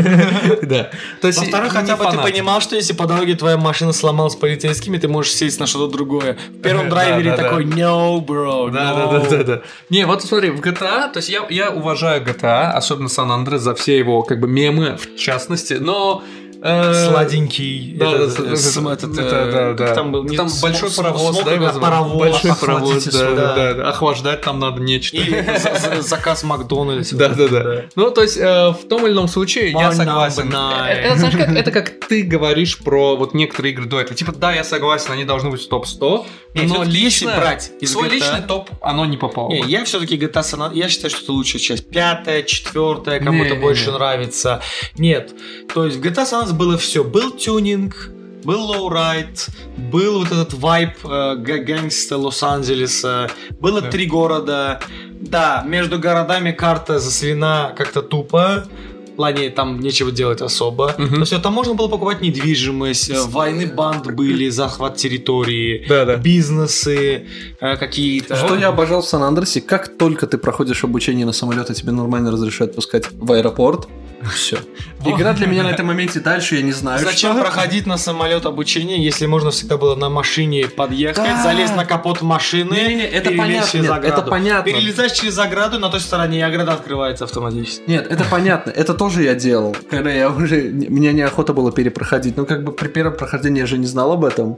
<laughs> Да. То есть
Во-вторых,
не
хотя бы
фанат.
ты понимал, что если по дороге твоя машина сломалась с полицейскими, ты можешь сесть на что-то другое. В первом
<laughs> Да,
драйвере
да, да.
такой, no, bro,
Да,
no».
да, да, да, да. Не, вот смотри, в GTA, то есть я, я уважаю GTA, особенно Сан Андрес за все его как бы мемы, в частности, но... э,
Сладенький.
Да,
этот,
да,
э,
да,
см-
да,
этот,
да,
э,
да, да.
как Там был Не,
Там
см-
большой
см-
паровоз,
смог,
да, его
да,
зовут?
паровоз.
Большой паровоз,
охладитель
да,
свой,
да, да, да. Охлаждать там надо нечто.
Или <laughs> за- за- заказ Макдональдса.
Да, да, да. Ну, то есть, э, в том или ином случае, я
One
согласен.
number nine.
Э, Это, знаешь, как, это как ты говоришь про вот некоторые игры до этого. Типа, да, я согласен, они должны быть в топ-100,
Нет,
но
всё-таки если
лично...
брать
в
из
свой
GTA
личный топ оно не попало.
Не, я все-таки GTA San Andreas- я считаю, что это лучшая часть. Пятая, четвертая, кому-то
Не-не-не.
больше нравится. Нет. То есть в GTA San Andreas было все. Был тюнинг, был лоурайд, был вот этот вайб э, га- гэнгста Лос-Анджелеса, было
Да.
три города. Да, между городами карта засвина как-то тупо. В плане там нечего делать особо.
Мгм.
То есть там можно было покупать недвижимость, э, войны банд были, захват территории,
Да, да.
бизнесы э, какие-то.
Что я обожал в Сан-Андресе, как только ты проходишь обучение на самолет, и тебе нормально разрешают пускать в
<laughs>
аэропорт, все. Игра для меня на этом моменте дальше, я не знаю,
Зачем
А что.
проходить на самолет обучение, если можно всегда было на машине подъехать,
Да.
залезть на капот машины,
Не-не-не, это
перелезть
понятно,
через
нет,
ограду.
это понятно.
Перелезаешь через ограду, на той стороне и ограда открывается автоматически.
Нет, это понятно, это тоже я делал, Ну, когда я уже, мне неохота было перепроходить, но как бы при первом прохождении я же не знал об этом,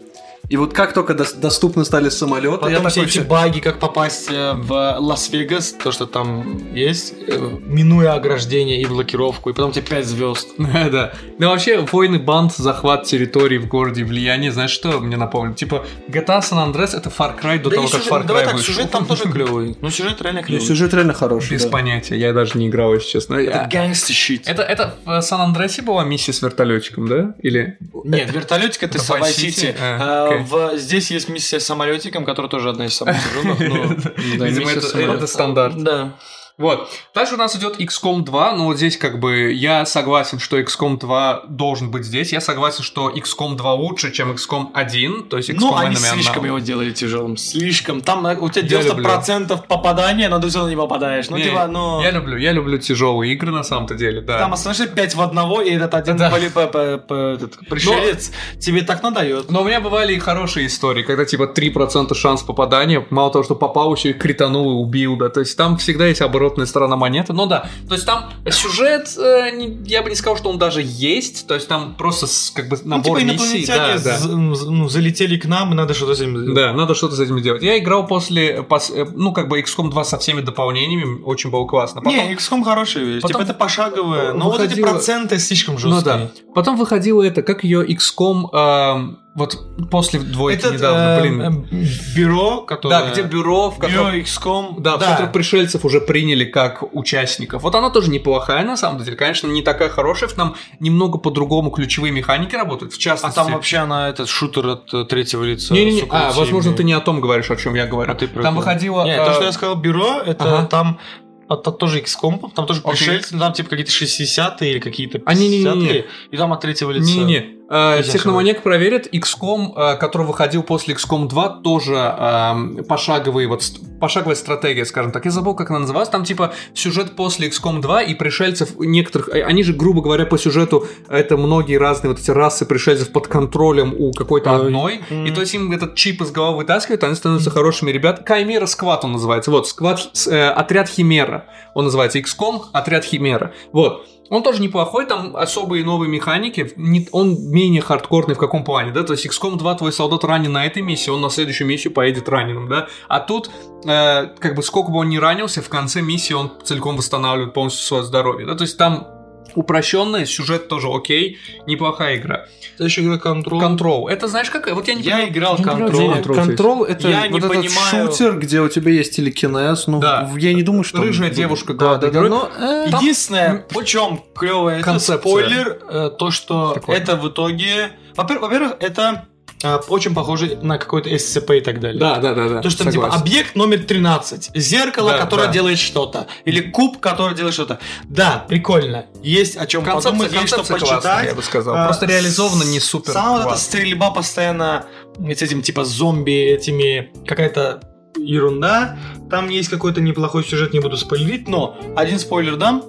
И вот как только дос- доступны стали самолеты, я
Потом
такой,
все эти
«Всё».
баги, как попасть э, в Лас-Вегас, то, что там есть, э, минуя ограждение и блокировку, и потом тебе 5 звезд.
<laughs> Да. Ну вообще, войны, банд, захват территории в городе, влияние, знаешь что мне напомнил? Типа, GTA San Andreas это Far Cry до того, как Far
давай
Cry
так,
вышел.
сюжет там тоже клевый. Ну, сюжет реально
Ну,
клевый.
Сюжет реально хороший.
Без
да.
понятия, я даже не играл, если честно.
Это
Я-
гангстер щит.
Это, это в Сан-Андреасе была миссия с вертолетчиком, да? Или...
Нет, вертолетик это
Dubai
Савай
City.
Сити.
А, окей.
Здесь есть миссия с самолетиком, которая тоже одна из самых тяжелых. но-
Да,
Видимо,
миссия
это-
с вертолетом.
это <laughs> стандарт.
Да.
Вот. Дальше у нас идет XCOM 2, но Ну, вот здесь как бы я согласен, что XCOM 2 должен быть здесь. Я согласен, что XCOM 2 лучше, чем XCOM 1, то есть XCOM
Ну, они
Enemy Unknown.
слишком его делали тяжелым. Слишком. Там э, у тебя
Я люблю.
90% попадания, но ты все равно не попадаешь. Ну,
Не,
типа, ну...
Я люблю, я люблю тяжелые игры на самом-то деле, да.
Там остановишься 5 в одного, и этот один
Да. Ну,
поли- по- по- по- этот пришелец тебе так надает.
Но у меня бывали и хорошие истории, когда типа 3% шанс попадания, мало того, что попал, еще и кританул и убил, да, то есть там всегда есть оборотная сторона монеты, но да, то есть там сюжет, э, не- я бы не сказал, что он даже есть, то есть там просто с- как бы набор миссий, да, да.
Ну, типа з- м, з- ну, залетели к нам, и надо что-то с этим...
Да, надо что-то с этим делать. Я играл после, пос- э, ну, как бы XCOM 2 со всеми дополнениями, очень было классно. Потом-
Не, XCOM хорошая вещь.
потом
Типа это пошаговое. Но вот эти
выходило-
проценты слишком
ну
жесткие.
да. Потом выходило это, как ее XCOM, эм, вот после двойки
Это
недавно, блин.
э, бюро, которое...
да, где бюро, в котором
Бюро XCOM. А
Да, в «Центр пришельцев уже приняли как участников. Вот она тоже неплохая, на самом деле. Конечно, не такая хорошая, там немного по-другому ключевые механики работают. В
А
частности...
там вообще она этот шутер от э, третьего лица.
Не-не-не,
с
а, возможно,
укротениями.
ты не о том говоришь, о чем я говорю.
А ты про
там
кого?
выходило...
Не,
э,
то, что я сказал, бюро, это
ага.
там а, та- тоже XCOM, там тоже
Окей.
пришельцы, но там типа какие-то 60-е или какие-то 50-е,
А, не-не-не-не.
и там от третьего лица.
Не-не-не.
Я
Э,
сейчас
Техноманьяк проверит. XCOM, э, который выходил после XCOM 2, тоже эм, пошаговые, вот, ст- пошаговая стратегия, скажем так. Я забыл, как она называлась. Там типа сюжет после XCOM 2 и пришельцев некоторых... э, Они же, грубо говоря, по сюжету А это многие разные вот эти расы пришельцев под контролем у какой-то
А,
одной.
м.
И то есть им этот чип из головы вытаскивают, они становятся хорошими ребят. Каймера Сквад он называется. Вот, сквад, с- э, отряд Химера. Он называется XCOM, отряд Химера. Вот. Он тоже неплохой, там особые новые механики, не- он менее хардкорный в каком плане, да, то есть XCOM 2 твой солдат ранен на этой миссии, он на следующую миссию поедет раненым, да, а тут, э, как бы сколько бы он ни ранился, в конце миссии он целиком восстанавливает полностью свое здоровье, да, то есть там упрощенный сюжет тоже окей, неплохая игра.
Это еще игра Control.
Control, это знаешь как, вот я не
Я играл
понимаю,
Control.
где
Контрол это
Я не
вот этот
понимаю.
шутер, где у тебя есть телекинез. Ну,
Да.
в- я не думаю, что. он
Рыжая
будет.
девушка
Да,
главный
да, да.
герой.
но, э,
Там-
Единственное, в чем клевое это
Концепция.
спойлер, э, то что
Такое.
это в итоге... Во-первых, во-первых, это э, очень похоже на какой-то SCP и так далее.
Да, да, да, да.
То, что там, типа
согласен.
объект номер 13, зеркало,
Да,
которое
да.
делает что-то, или куб, который делает что-то. Да, прикольно. Есть о чем
Концепция,
подумать, есть что
концепция классная,
почитать.
я бы сказал.
А,
Просто реализовано не супер.
Сама вот эта
классно.
стрельба постоянно с этим типа зомби, этими какая-то ерунда. Там есть какой-то неплохой сюжет, не буду спойлерить, но один спойлер дам.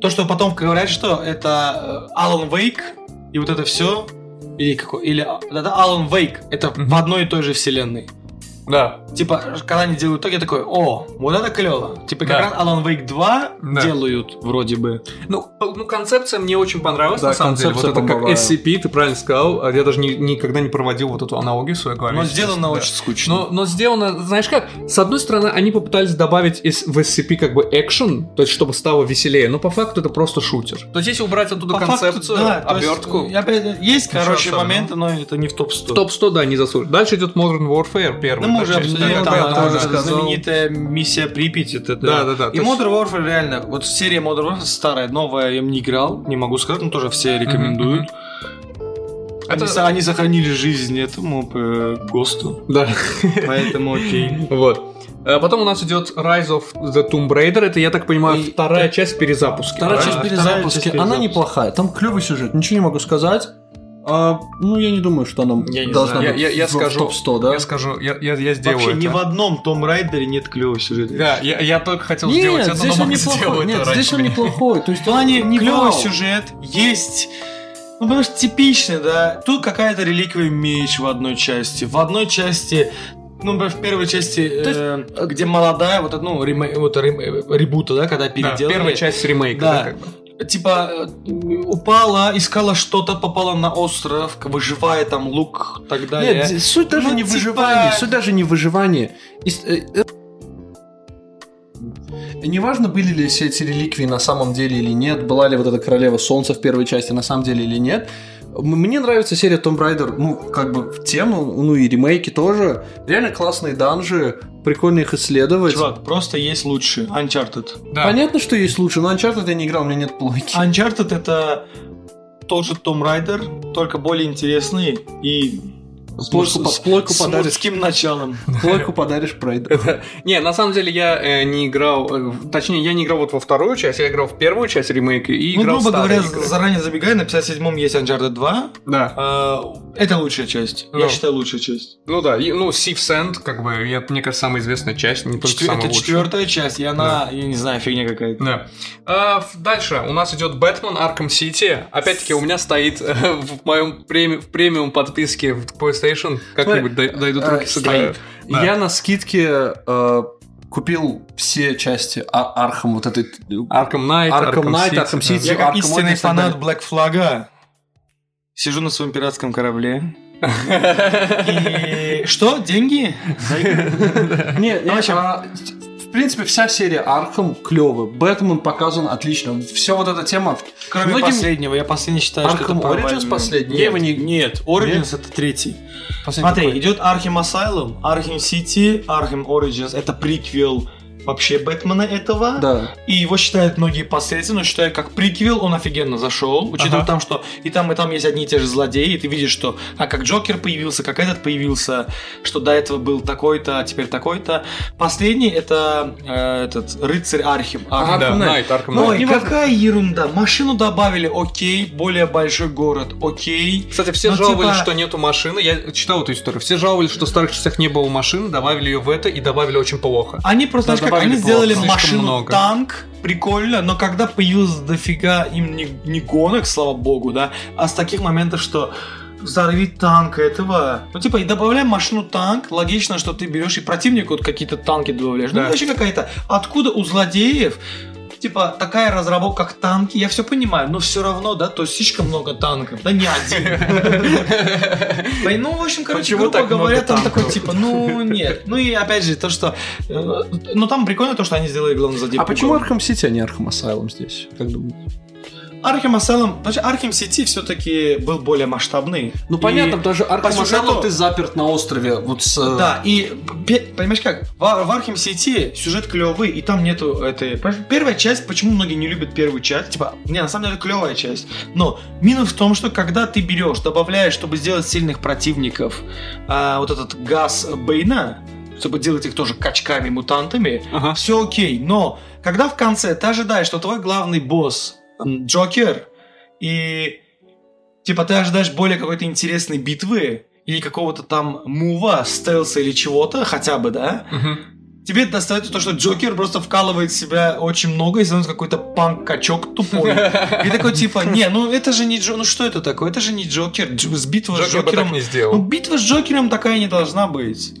То, что потом говорят, что это э, Алан Вейк и вот это все. Или какой? Или а, да-да, Алан Вейк. Это
Мгм.
в одной и той же вселенной.
Да,
Типа, когда они делают так, я такой, о, вот это клево. Типа, как
Да.
раз Alan Wake 2
Да.
делают вроде бы.
Ну, ну, концепция мне очень понравилась,
Да,
на самом деле. Вот
концепция
это как
бомбовая.
SCP, ты правильно сказал. А Я даже ни- никогда не проводил вот эту аналогию в своей голове.
Но
если
сделано
честно, да.
очень скучно.
Но, но сделано, знаешь как, с одной стороны, они попытались добавить из, в SCP как бы экшен, то есть чтобы стало веселее, но по факту это просто шутер. То есть если убрать оттуда
По факту,
концепцию,
да, то есть,
Ну, обертку,
я опять- есть
Ничего
хорошие
особенного.
моменты, но это не в топ-100.
в топ-100, да, не заслужит. Дальше идет Modern Warfare первый.
Ну, мы уже
да,
обсудили,
да,
там,
да,
там
да,
уже
да.
знаменитая миссия Припять. Это,
Да, да, да.
И
То есть-
Modern Warfare реально, вот серия Modern Warfare старая, новая, я не играл, не могу сказать, но тоже все рекомендуют. Они,
Это-
со- они сохранили жизнь этому э, ГОСТу,
Да. <laughs>
поэтому окей.
Вот. А Потом у нас идет Rise of the Tomb Raider. Это, я так понимаю,
И-
вторая часть перезапуска.
Вторая
правильно?
часть
вторая
перезапуска,
часть
она
перезапуска.
неплохая. Там клевый сюжет, ничего не могу сказать. А, ну, я не думаю, что она
Я не
должна
знаю.
быть
Я- я- я
в
скажу-
топ-100, да?
Я скажу, я, я, я сделаю
Вообще ни
это.
в одном Том Райдере нет клевого сюжета.
Да, я, я только хотел сделать
Нет,
это,
здесь
но
он
Макс сделал
неплохой.
это
Нет,
раньше
здесь он
меня.
неплохой. То есть
В плане
не
клевый
вау.
сюжет есть. Ну, потому что типичный, да. Тут какая-то реликвия меч в одной части. В одной части, ну, например, в первой части,
То есть,
э, где молодая, вот, ну, рема- вот рем- э, ребута, да, когда
Да,
переделали.
первая часть ремейка,
Да.
да, как бы.
типа э, упала, искала что-то, попала на остров, к- выживая там лук и так далее.
Нет, здесь суть даже
Ну,
не
типа-
выживание, суть даже не выживание. Ис- э, э, Неважно, были ли все эти реликвии на самом деле или нет, была ли вот эта королева солнца в первой части на самом деле или нет. М- Мне нравится серия Tomb Raider, ну, как бы в тему, ну и ремейки тоже. Реально классные данжи, прикольно их исследовать.
Чувак, просто есть лучше. Uncharted.
Да.
Понятно, что есть лучше, но Uncharted я не играл, у меня нет плойки.
А, Uncharted это тот же Том Райдер, только более интересный и с,
Плойку, по-
с-
плойку
с
подаришь,
мужским началом.
плойку подаришь Прейдеру.
Не, на самом деле я э, не играл, э, в- точнее я не играл вот во вторую часть, я играл в первую часть ремейка и
ну,
играл в
грубо
старые
говоря,
игры.
заранее забегая, на 57-м есть Uncharted 2.
Да.
А, это лучшая часть.
Ну.
Я считаю, лучшая часть.
Ну да, и, ну Сив Сент, как бы, я, мне кажется, самая известная часть, не только
Четвер-
самая
это
лучшая.
четвертая часть, и она, я не знаю, фигня какая-то.
Да. А, в- дальше у нас идет Бэтмен Арком Сити. Опять-таки у меня стоит <laughs> э, в моем преми- в премиум подписке в PlayStation. Как-нибудь дой- дойдут
а,
руки сыграю. Да.
Я на скидке э, купил все части А- Архам вот этой А,
<laughs>
Арком Найт,
Arkham
Арком
Knight, Arkham City.
Я как
Arkham
истинный
Origins и так
фанат Black Флага сижу на своем пиратском корабле. <laughs> И что? Деньги?
Не, не,
Короче,
а, в принципе, вся серия Архам клевая. Бэтмен показан отлично. Все вот эта тема.
Кроме
Многим-
последнего, я последний считаю, что это
Arkham
провальный.
Origins последний? Я
Нет,
его не-
нет, Origins это третий.
Последний
Смотри,
какой?
идет Arkham Asylum, Arkham City, Arkham Origins. Это приквел вообще Бэтмена этого.
Да.
И его считают многие посредственно, но считаю, как приквел он офигенно зашел, учитывая
Ага.
там, что и там, и там есть одни и те же злодеи, и ты видишь, что а как Джокер появился, как этот появился, что до этого был такой-то, а теперь такой-то. Последний это э, этот рыцарь Архим. А, Архим.
Да,
Arkham Knight.
Найт, Арком
Ну
Найт.
и какая ерунда. Машину добавили, окей, более большой город, окей.
Кстати, все
Ну,
жаловались,
типа-
что нету машины. Я читал эту историю. Все жаловались, что в старых частях не было машины, добавили ее в это и добавили очень плохо.
Они просто,
Да,
знаешь,
добавили
как, они сделали
плохо, слишком
машину
много.
танк, прикольно, но когда появилось дофига им не, не гонок, слава богу, да, а с таких моментов, что взорви танк этого. Ну, типа, и добавляй машину танк, логично, что ты берешь и противнику вот какие-то танки добавляешь.
Да.
Ну, вообще какая-то. Откуда у злодеев типа такая разработка, как танки, я все понимаю, но все равно, да, то есть слишком много танков, да
<laughs>
не один. Да и, Ну, в общем, короче,
Почему
грубо
так много
говоря, там
танков?
такой типа, ну нет. Ну и опять же, то, что. э, Ну там прикольно то, что они сделали главную задержку.
А почему Архам Сити, а не Архам Асайлом здесь? Как думаете?
Архим Асайлом, даже Архим Сити все-таки был более масштабный.
Ну
И-
понятно, даже Архам
сюжету-
Асайлом ты заперт на острове. Вот с... э,
Да, и пе- понимаешь как, в, в Архим Сити сюжет клевый, и там нету этой... понимаешь, Первая часть, почему многие не любят первую часть, типа, не, на самом деле клевая часть, но минус в том, что когда ты берешь, добавляешь, чтобы сделать сильных противников, а, вот этот газ Бейна, чтобы делать их тоже качками, мутантами,
Ага.
все А окей, но когда в конце ты ожидаешь, что твой главный босс м, Джокер, и типа ты ожидаешь более какой-то интересной битвы, или какого-то там мува, стелса или чего-то, хотя бы, да,
Мгм.
тебе достается то, что Джокер просто вкалывает в себя очень много и становится какой-то панк-качок тупой. И такой
<laughs>
типа, не, ну это же не Джокер, ну что это такое, это же не Джокер, Дж- с битва с
Джокер бы так
Джокером
не
ну,
сделал.
битва с Джокером такая не должна быть.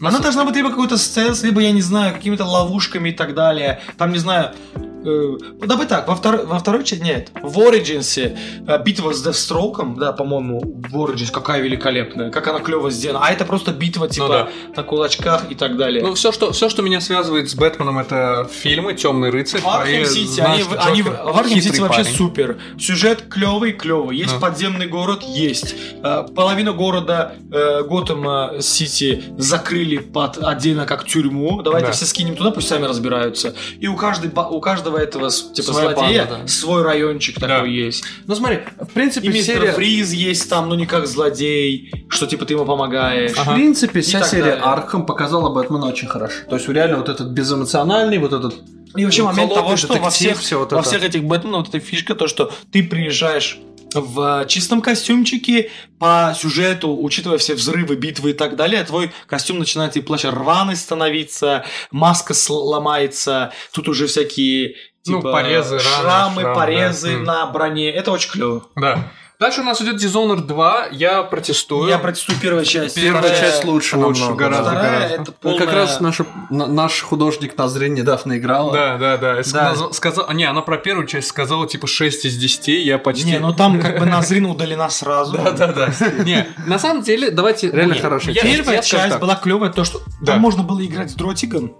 Она должна быть либо какой-то стелс, либо, я не знаю, какими-то ловушками и так далее. Там, не знаю... э, ну, давай так, во, втор- во второй части... Нет, в Origins э, битва с Дефстроком, да, по-моему, в Origins какая великолепная, как она клево сделана. А это просто битва, типа,
Ну да.
на кулачках и так далее.
Ну, все что, все, что меня связывает с Бэтменом, это фильмы Темный рыцарь.
Архем
и
Сити,
наш
они, они-
Джокер.
в Архем
Хитрый
Сити вообще
парень. А.
супер. Сюжет клевый, клевый. Есть
Да.
подземный город, есть. Э, Половину города э, Готэма Сити закрыли под отдельно как тюрьму. Давайте
Да.
все скинем туда, пусть сами разбираются. И у, каждой, ба- у каждого этого с- типа
Своя
злодея
банда, да.
свой райончик
Да.
такой есть.
Ну смотри, в
И
принципе,
мистер
серия...
Фриз есть там, ну не как злодей, что типа ты ему помогаешь.
В принципе, вся
так
серия
далее.
Архам показала Бэтмена очень хорошо. То есть реально вот этот безэмоциональный, вот этот
И вообще момент
Ну, Холодный
того, что во
детектив,
всех,
всё вот
во
это.
всех этих Бэтменах вот эта фишка, то, что ты приезжаешь в э, чистом костюмчике по сюжету, учитывая все взрывы, битвы и так далее, твой костюм начинает и плащ рваный становиться, маска сломается, тут уже всякие типа,
Ну, порезы, раны,
шрамы,
шрам, да.
порезы
М.
на броне. Это очень клево.
Да. Дальше у нас идет Dishonored 2. Я протестую.
Я протестую первая часть.
Ну, Первая
Вторая-
часть лучше
лучше
намного,
гораздо,
да.
Вторая
гораздо.
это
Ну,
полная...
Как раз наша- на- наш художник на зрение недавно играл.
Да, да, да. Я
Да.
Сказал, сказал- не, она про первую часть сказала типа 6 из 10, я почти...
Не, ну там как бы Назрина удалена сразу.
Да, да, да. Не, на самом деле, давайте...
Реально
не,
хорошая
я- я
Первая
скажу
часть
так.
была клевая, то, что
Да.
там можно было играть с дротиком,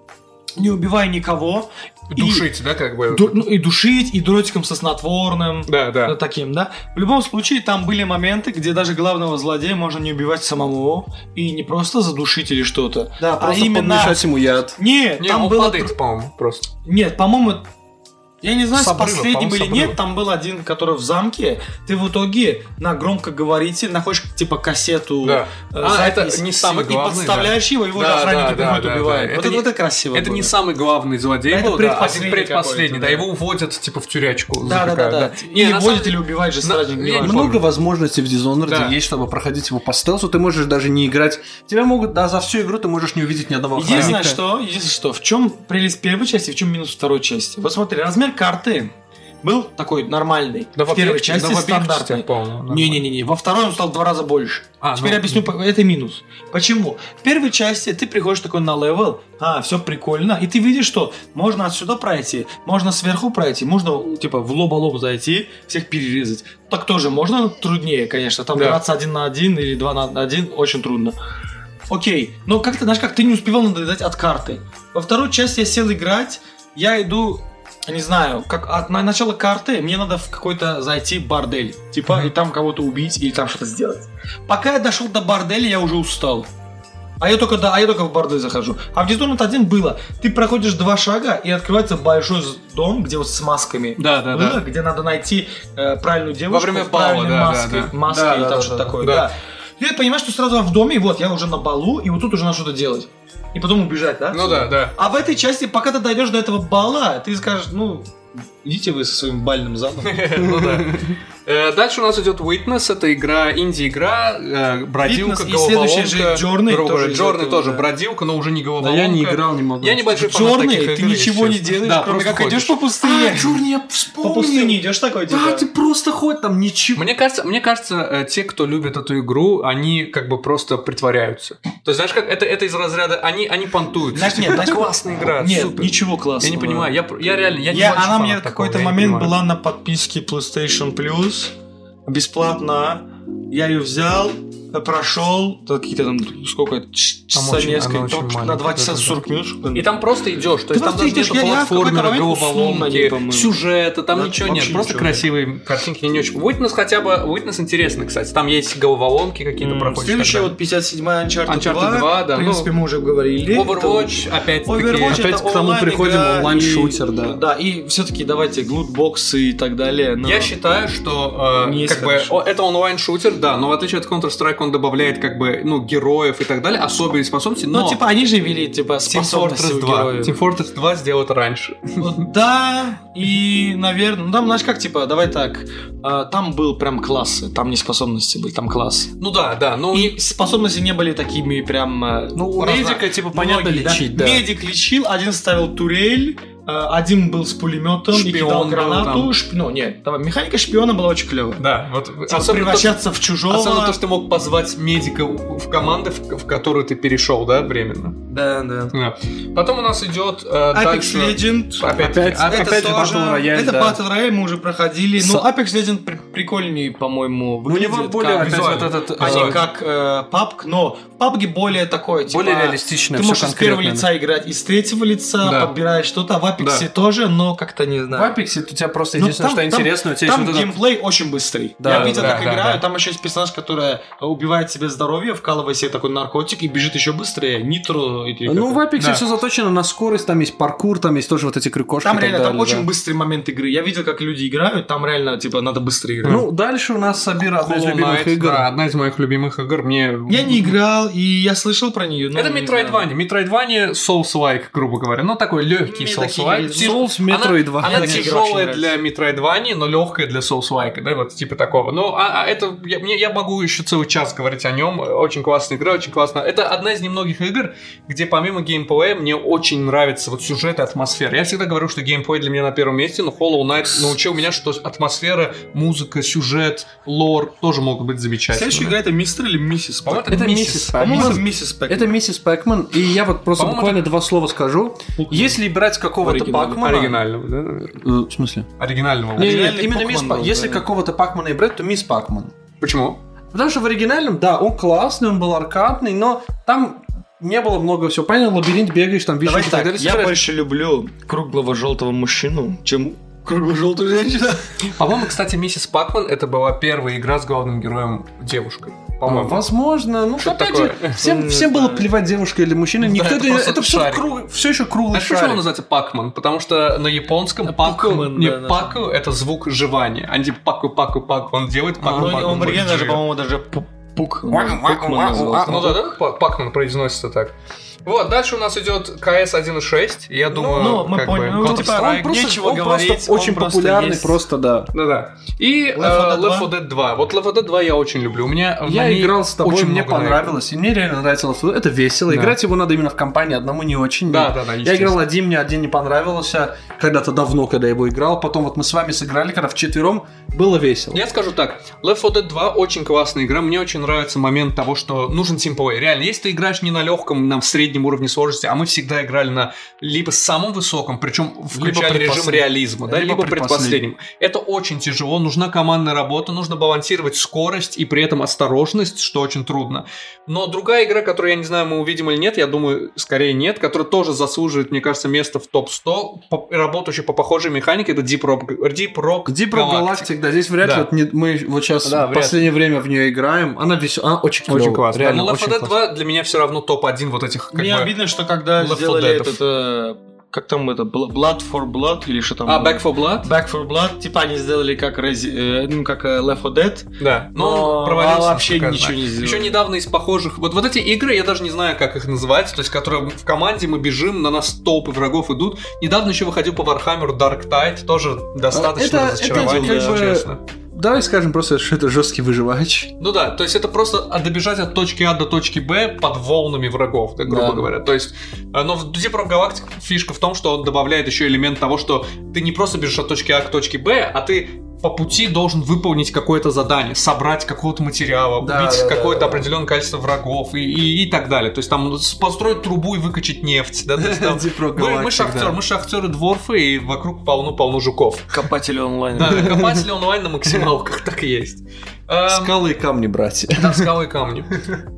не убивая никого. <laughs> и-
Душить, да, как бы?
ду- ну, и душить, и дротиком со снотворным.
Да,
Ну,
да.
таким, да. В любом случае, там были моменты, где даже главного злодея можно не убивать самому и не просто задушить или что-то.
Да,
а
просто
именно...
подмешать ему яд.
Нет,
Не,
там
он
было...
падает, по-моему, просто.
Нет, по-моему, я не знаю,
С
с,
обрыва,
последним
по-моему, с
или нет,
обрыва.
там был один, который в замке. Ты в итоге на громкоговоритель находишь типа кассету
Да.
э,
А,
запись,
это не самый
и
главный,
подставляешь его, его
Да,
же охранник
да, да,
убивает,
да,
убивает.
да.
Вот
Это
это,
не-
вот это красиво.
Это
было.
не самый главный злодей
Это
был, да, а
предпоследний
предпоследний,
какой-то,
да,
да.
его уводят, типа, в тюрячку.
Да, да, да,
запекают,
да.
Не,
Или
на самом
водит,
деле-
или убивает же
на-
сразу,
я не
неважно.
Много
помню.
возможностей в Dishonored
Да.
есть, чтобы проходить его по стелсу. Ты можешь даже не играть. Тебя могут, да, за всю игру ты можешь не увидеть ни одного
Единственное,
охранника.
что, единственное, что, в чем прелесть первой части, в чем минус второй части. Вот смотри, размер карты был такой нормальный.
Да,
в первой
объект-
части
да, в объекте,
стандартный.
по-моему, нормально.
Не-не-не, во второй он стал в два раза больше.
А,
Теперь
ну,
объясню, по- это минус. Почему? В первой части ты приходишь такой на левел, а, все прикольно, и ты видишь, что можно отсюда пройти, можно сверху пройти, можно, типа, в лоб-лоб зайти, всех перерезать. Так тоже можно, но труднее, конечно, там
Да.
драться один на один или два на один очень трудно. Окей, но как ты, знаешь, как ты не успевал надоедать от карты. Во второй части я сел играть, я иду, не знаю, как от на- начала карты мне надо в какой-то зайти бордель, типа, и там кого-то убить или там что-то сделать. Пока я дошел до борделя, я уже устал. А я только, да, а я только в бордель захожу. А в Dishonored один было. Ты проходишь два шага, и открывается большой з- дом, где вот с масками.
Да, да,
было,
да.
где надо найти э, правильную девушку.
время
в
бала,
правильной
да, да,
маске,
да.
маске
Да,
или
да,
там
да,
что-то
да.
такое.
Да.
Да. И я понимаю, что сразу в доме, и вот, я уже на балу, и вот тут уже надо что-то делать. И потом убежать, да?
Ну да, <laughs> да.
А в этой части, пока ты дойдешь до этого бала, ты скажешь, ну, идите вы со своим
<laughs>
бальным залом.
Ну да. Э, Дальше у нас идет Witness, это игра, инди-игра, э, бродилка,
Witness и следующая же
головоломка.
Journey
Другая,
тоже из
Journey
этого,
тоже
да.
бродилка, но уже не
Да,
головоломка.
я не играл, не могу.
Я небольшой фанат таких
Черный, ты
игр,
ничего
если
не
честно.
делаешь,
Да,
кроме
просто
как
ходишь.
идешь по
А,
пустыне.
чёрт, я
По
вспомнил.
пустыне идешь такой, типа.
А,
Да, ты просто ходь там, ничего.
Мне кажется, мне кажется, э, те, кто любит эту игру, они как бы просто притворяются. То есть, знаешь, как это, это из разряда, они, они понтуются.
Знаешь, нет,
Типа,
знаешь,
классная игра,
<laughs> Нет,
супер.
ничего классного.
Я не понимаю, я, пр- я реально, я, не
Я-
большой
она мне
фанат
в какой-то
такого, я не
момент
понимаю.
была на подписке PlayStation Plus бесплатно. Я ее взял, прошел да, какие-то там сколько ч- часа
очень- она
несколько,
очень
там на
маленькая,
2 часа
да, да.
40 минут. что ли.
И там просто идешь, то
Ты
есть там
просто
даже
идёшь,
нету
я- я в какой-то
платформера,
момент уснул на ней,
головоломки,
по-моему.
сюжета, там
Да,
ничего
вообще
нет, просто
ничего нет.
красивые картинки не очень. Witness хотя бы, Witness интересно, кстати, там есть головоломки какие-то
М,
проходишь.
Следующая
тогда.
вот 57-я Uncharted,
Uncharted
2.
2, да,
В принципе,
ну,
мы уже говорили.
Overwatch, опять-таки.
Overwatch
Опять
это
к тому приходим,
онлайн-игра
онлайн-шутер,
и-
да.
Да, и все-таки давайте глутбоксы и так далее. но-
Я считаю, что э,
Ну, Не
как бы,
хорошо.
о, это онлайн-шутер, да, но в отличие от Counter-Strike он добавляет как бы ну героев и так далее, особые способности, но
Ну, типа, они же вели, типа,
Team
способности
Fortress
у
2.
героев.
Team Fortress 2 сделают раньше.
Ну, Да, и, наверное, ну там, знаешь, как, типа, давай так, а, там был прям классы, там не способности были, там класс.
Ну да, да, но у них
И способности не были такими прям... э,
Ну, у
разно-
медика, типа, понятно
Многие,
лечить, да.
Медик лечил, один ставил турель, э, один был с пулеметом, и
Шпион
кидал
был
гранату.
там.
Шп- Ну, нет, давай, механика шпиона была очень клевая.
да, вот
Типа,
особенно то,
превращаться в чужого.
особенно то, что ты мог позвать медика в в команды, в, в которую ты перешел, да, временно.
Да, да.
Да. Потом у нас идет э,
Apex
дальше.
Legend.
Опять-
Apex-
опять
тоже-
Battle Royale,
Это
да.
Battle Royale мы уже проходили.
С-
Ну, Apex Legend при- прикольнее, по-моему,
Ну, У
выглядит.
него более
как-
опять
визуально.
вот этот...
а
э,
не как э, PUBG, но в PUBG более такое, типа...
Более реалистичное,
Ты
всё
можешь с первого
конкретное.
лица играть, и с третьего лица
Да.
подбираешь что-то. а В Apex
Да.
тоже, но как-то не
В
знаю.
Apex у тебя просто
Ну,
единственное,
там-
что
там-
интересно, у тебя есть
Там
вот этот
геймплей очень быстрый.
Да,
я видел,
да,
как
да,
играю.
да.
Там еще есть персонаж, который убивает себе здоровье, вкалывая себе такой наркотик и бежит еще быстрее. Нитро. или как
Ну, в
это.
Apex
Да.
все заточено на скорость, там есть паркур, там есть тоже вот эти крюкошки.
Там
и так
реально, там
далее,
очень
да.
быстрый момент игры. Я видел, как люди играют, там реально, типа, надо быстро играть.
Ну, дальше у нас Сабира одна из
Hollow
любимых
Knight,
игр.
да, одна из моих любимых игр. Мне
я не играл, и я слышал про нее.
Это Metroidvania. Metroidvania Souls-like, грубо говоря. Ну, такой легкий
Мне
Souls-like.
такие
Тяж-
Souls, Metroidvania.
Она, она
Мне такие игры очень
тяжелая
нравятся.
для Metroidvania, но легкая для Souls-like, да, вот типа такого. Ну, а, а это я, мне- я могу еще целый час говорить о нем. Очень классная игра, очень классная. Это одна из немногих игр, где помимо геймплея мне очень нравится вот сюжет и атмосфера. Я всегда говорю, что геймплей для меня на первом месте, но Hollow Knight научил меня, что атмосфера, музыка, сюжет, лор тоже могут быть замечательными.
Следующая игра это мистер или миссис?
По-моему,
Пэкман?
Это миссис
По-моему,
Пэкман.
это миссис Пэкман.
Это миссис Пэкман, и я вот просто
По-моему,
буквально два слова скажу. Если брать какого-то
Оригинального,
Пакмана...
оригинального, да, наверное?
Э, В смысле?
Оригинального.
Не,
Оригинальный
нет, именно
Пакман
мисс Па-
был,
Если
да.
какого-то Пакмана и брать, то мисс Пакман.
Почему?
Потому что в оригинальном, да, он классный, он был аркадный, но там не было много всего. Понятно, лабиринт бегаешь, там
Давай
вишенки
так,
далее.
я
Собираешь.
больше люблю круглого желтого мужчину, чем круглого желтую женщину.
По-моему, кстати, миссис Пакман это была первая игра с главным героем девушкой. По-моему.
А, Возможно, ну
Что-то
опять
такое.
же, всем,
Не
всем было
знаю.
плевать, девушка или мужчина, никто
это
это,
просто
это все,
шарик.
еще круглый
Знаешь, почему он
шарик.
называется Пакман? Потому что на японском
Да,
паку,
Пакман,
не
да, да.
паку, это звук жевания. Они типа паку, паку, паку, он делает паку,
Ну,
Он
паку,
он в
паку,
оригинале даже,
жует.
по-моему, даже пу- пук. Пукман
А, Ну да,
назывался.
да, Пак- Пакман произносится так. Вот, дальше у нас идет КС 1.6, я думаю,
ну, мы
как бы,
поняли. Ну,
Ну,
Counter-Strike.
типа, он просто,
нечего
он
говорить,
просто
он
очень
просто
популярный,
есть.
просто да.
Да, да. И э,
Left 4 Dead
Left 4 Dead 2. Вот Left 4 Dead 2 я очень люблю. У меня на
Я
ней
играл с тобой,
А очень
мне
много наиграно.
понравилось, и мне реально нравилось. Это весело.
Да.
Играть его надо именно в компании, одному не очень.
Да, да, да.
Я играл один, мне один не понравился. Когда-то давно, когда я его играл. Потом вот мы с вами сыграли, когда вчетвером было весело.
Я скажу так, Left 4 Dead 2 очень классная игра, мне очень нравится момент того, что нужен тимплей. Реально, если ты играешь не на легком, на среднем уровне сложности, а мы всегда играли на либо самом высоком, причем включали режим
предпослед-
реализма, да,
либо
либо, предпоследним. Это очень тяжело, нужна командная работа, нужно балансировать скорость и при этом осторожность, что очень трудно. Но другая игра, которую я не знаю, мы увидим или нет, я думаю, скорее нет, которая тоже заслуживает, мне кажется, место в топ-100, по- работающая по похожей механике, это Deep Rock, Deep Rock
Где про
Galactic.
Галактик, да, здесь вряд ли
Да.
вот не- мы вот сейчас
Да,
в
вряд ли.
последнее время в нее играем. Она веселая, она очень клевая.
Очень классно.
Реально,
Но Left
очень
4 Dead
классно.
2 для меня все равно топ-1 вот этих как
Мне
бы-
обидно, что когда
Left 4
сделали
Dead'ов.
этот... э, Как там это? Bl- Blood for Blood или что там?
А,
было?
Back 4 Blood?
Back for Blood, типа они сделали как, Resi- э, ну, как э, Left 4 Dead,
Да. Но
но
он Ну, провалился.
Ну, а вообще
насколько я
ничего
знаю.
не сделали.
Еще недавно из похожих... Вот, вот эти игры, я даже не знаю, как их называть, то есть, которые в команде мы бежим, на нас толпы врагов идут. Недавно еще выходил по Warhammer Dark Tide, тоже
А,
достаточно
это- это
разочарование,
как
если
бы-
честно.
Давай скажем просто, что это жесткий выживач.
Ну да, то есть это просто от- добежать от точки А до точки Б под волнами врагов, так, грубо
Да.
говоря. То есть, э, но в Deep Rock Galactic фишка в том, что он добавляет еще элемент того, что ты не просто бежишь от точки А к точке Б, а ты по пути должен выполнить какое-то задание, собрать какого-то материала,
Да,
убить
да, да,
какое-то
да.
определенное количество врагов и, и, и так далее. То есть там с- построить трубу и выкачать нефть. <laughs> Да, то
<laughs>
есть там-
Deep Rock
Мы, мы
Galactic,
шахтеры,
да.
мы шахтеры дворфы, и вокруг полно-полно жуков.
<laughs>
копатели онлайн.
Да, копатели онлайн на максималках так и есть. Эм,
Скалы и камни, братья. <laughs>
да, скалы и камни.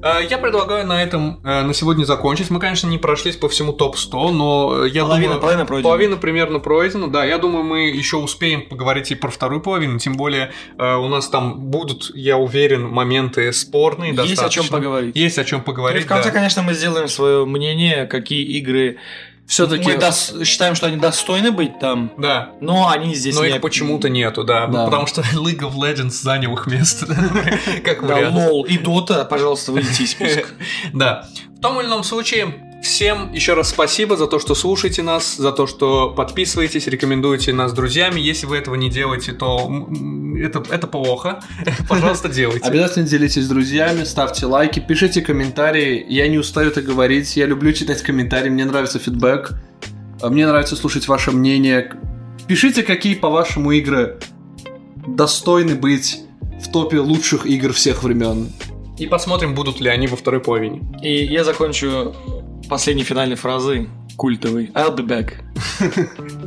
Э, Я предлагаю на этом э, на сегодня закончить. Мы, конечно, не прошлись по всему топ-100, но э, я
Половина,
думаю...
половина пройдена.
Половина примерно пройдена, да. Я думаю, мы еще успеем поговорить и про вторую половину, тем более э, у нас там будут, я уверен, моменты спорные
Есть о
достаточно.
чем поговорить.
Есть о чем
И
поговорить,
в конце,
да.
конечно, мы сделаем свое мнение, какие игры
Все-таки...
мы дос- считаем, что они достойны быть там,
Да,
но они здесь
но
не...
их почему-то нету, да,
Да.
потому что <laughs> League of Legends занял их место, <laughs> как
Да,
вариант.
лол и дота, пожалуйста, выйдите из списка.
Да. В том или ином случае, всем еще раз спасибо за то, что слушаете нас, за то, что подписываетесь, рекомендуете нас друзьями. Если вы этого не делаете, то м, м, это, это плохо. <laughs> Пожалуйста, делайте.
Обязательно делитесь с друзьями, ставьте лайки, пишите комментарии. Я не устаю это говорить, я люблю читать комментарии, мне нравится фидбэк, а мне нравится слушать ваше мнение. Пишите, какие, по-вашему, игры достойны быть в топе лучших игр всех времен.
И посмотрим, будут ли они во второй половине.
И я закончу последней финальной фразой культовой. I'll be back.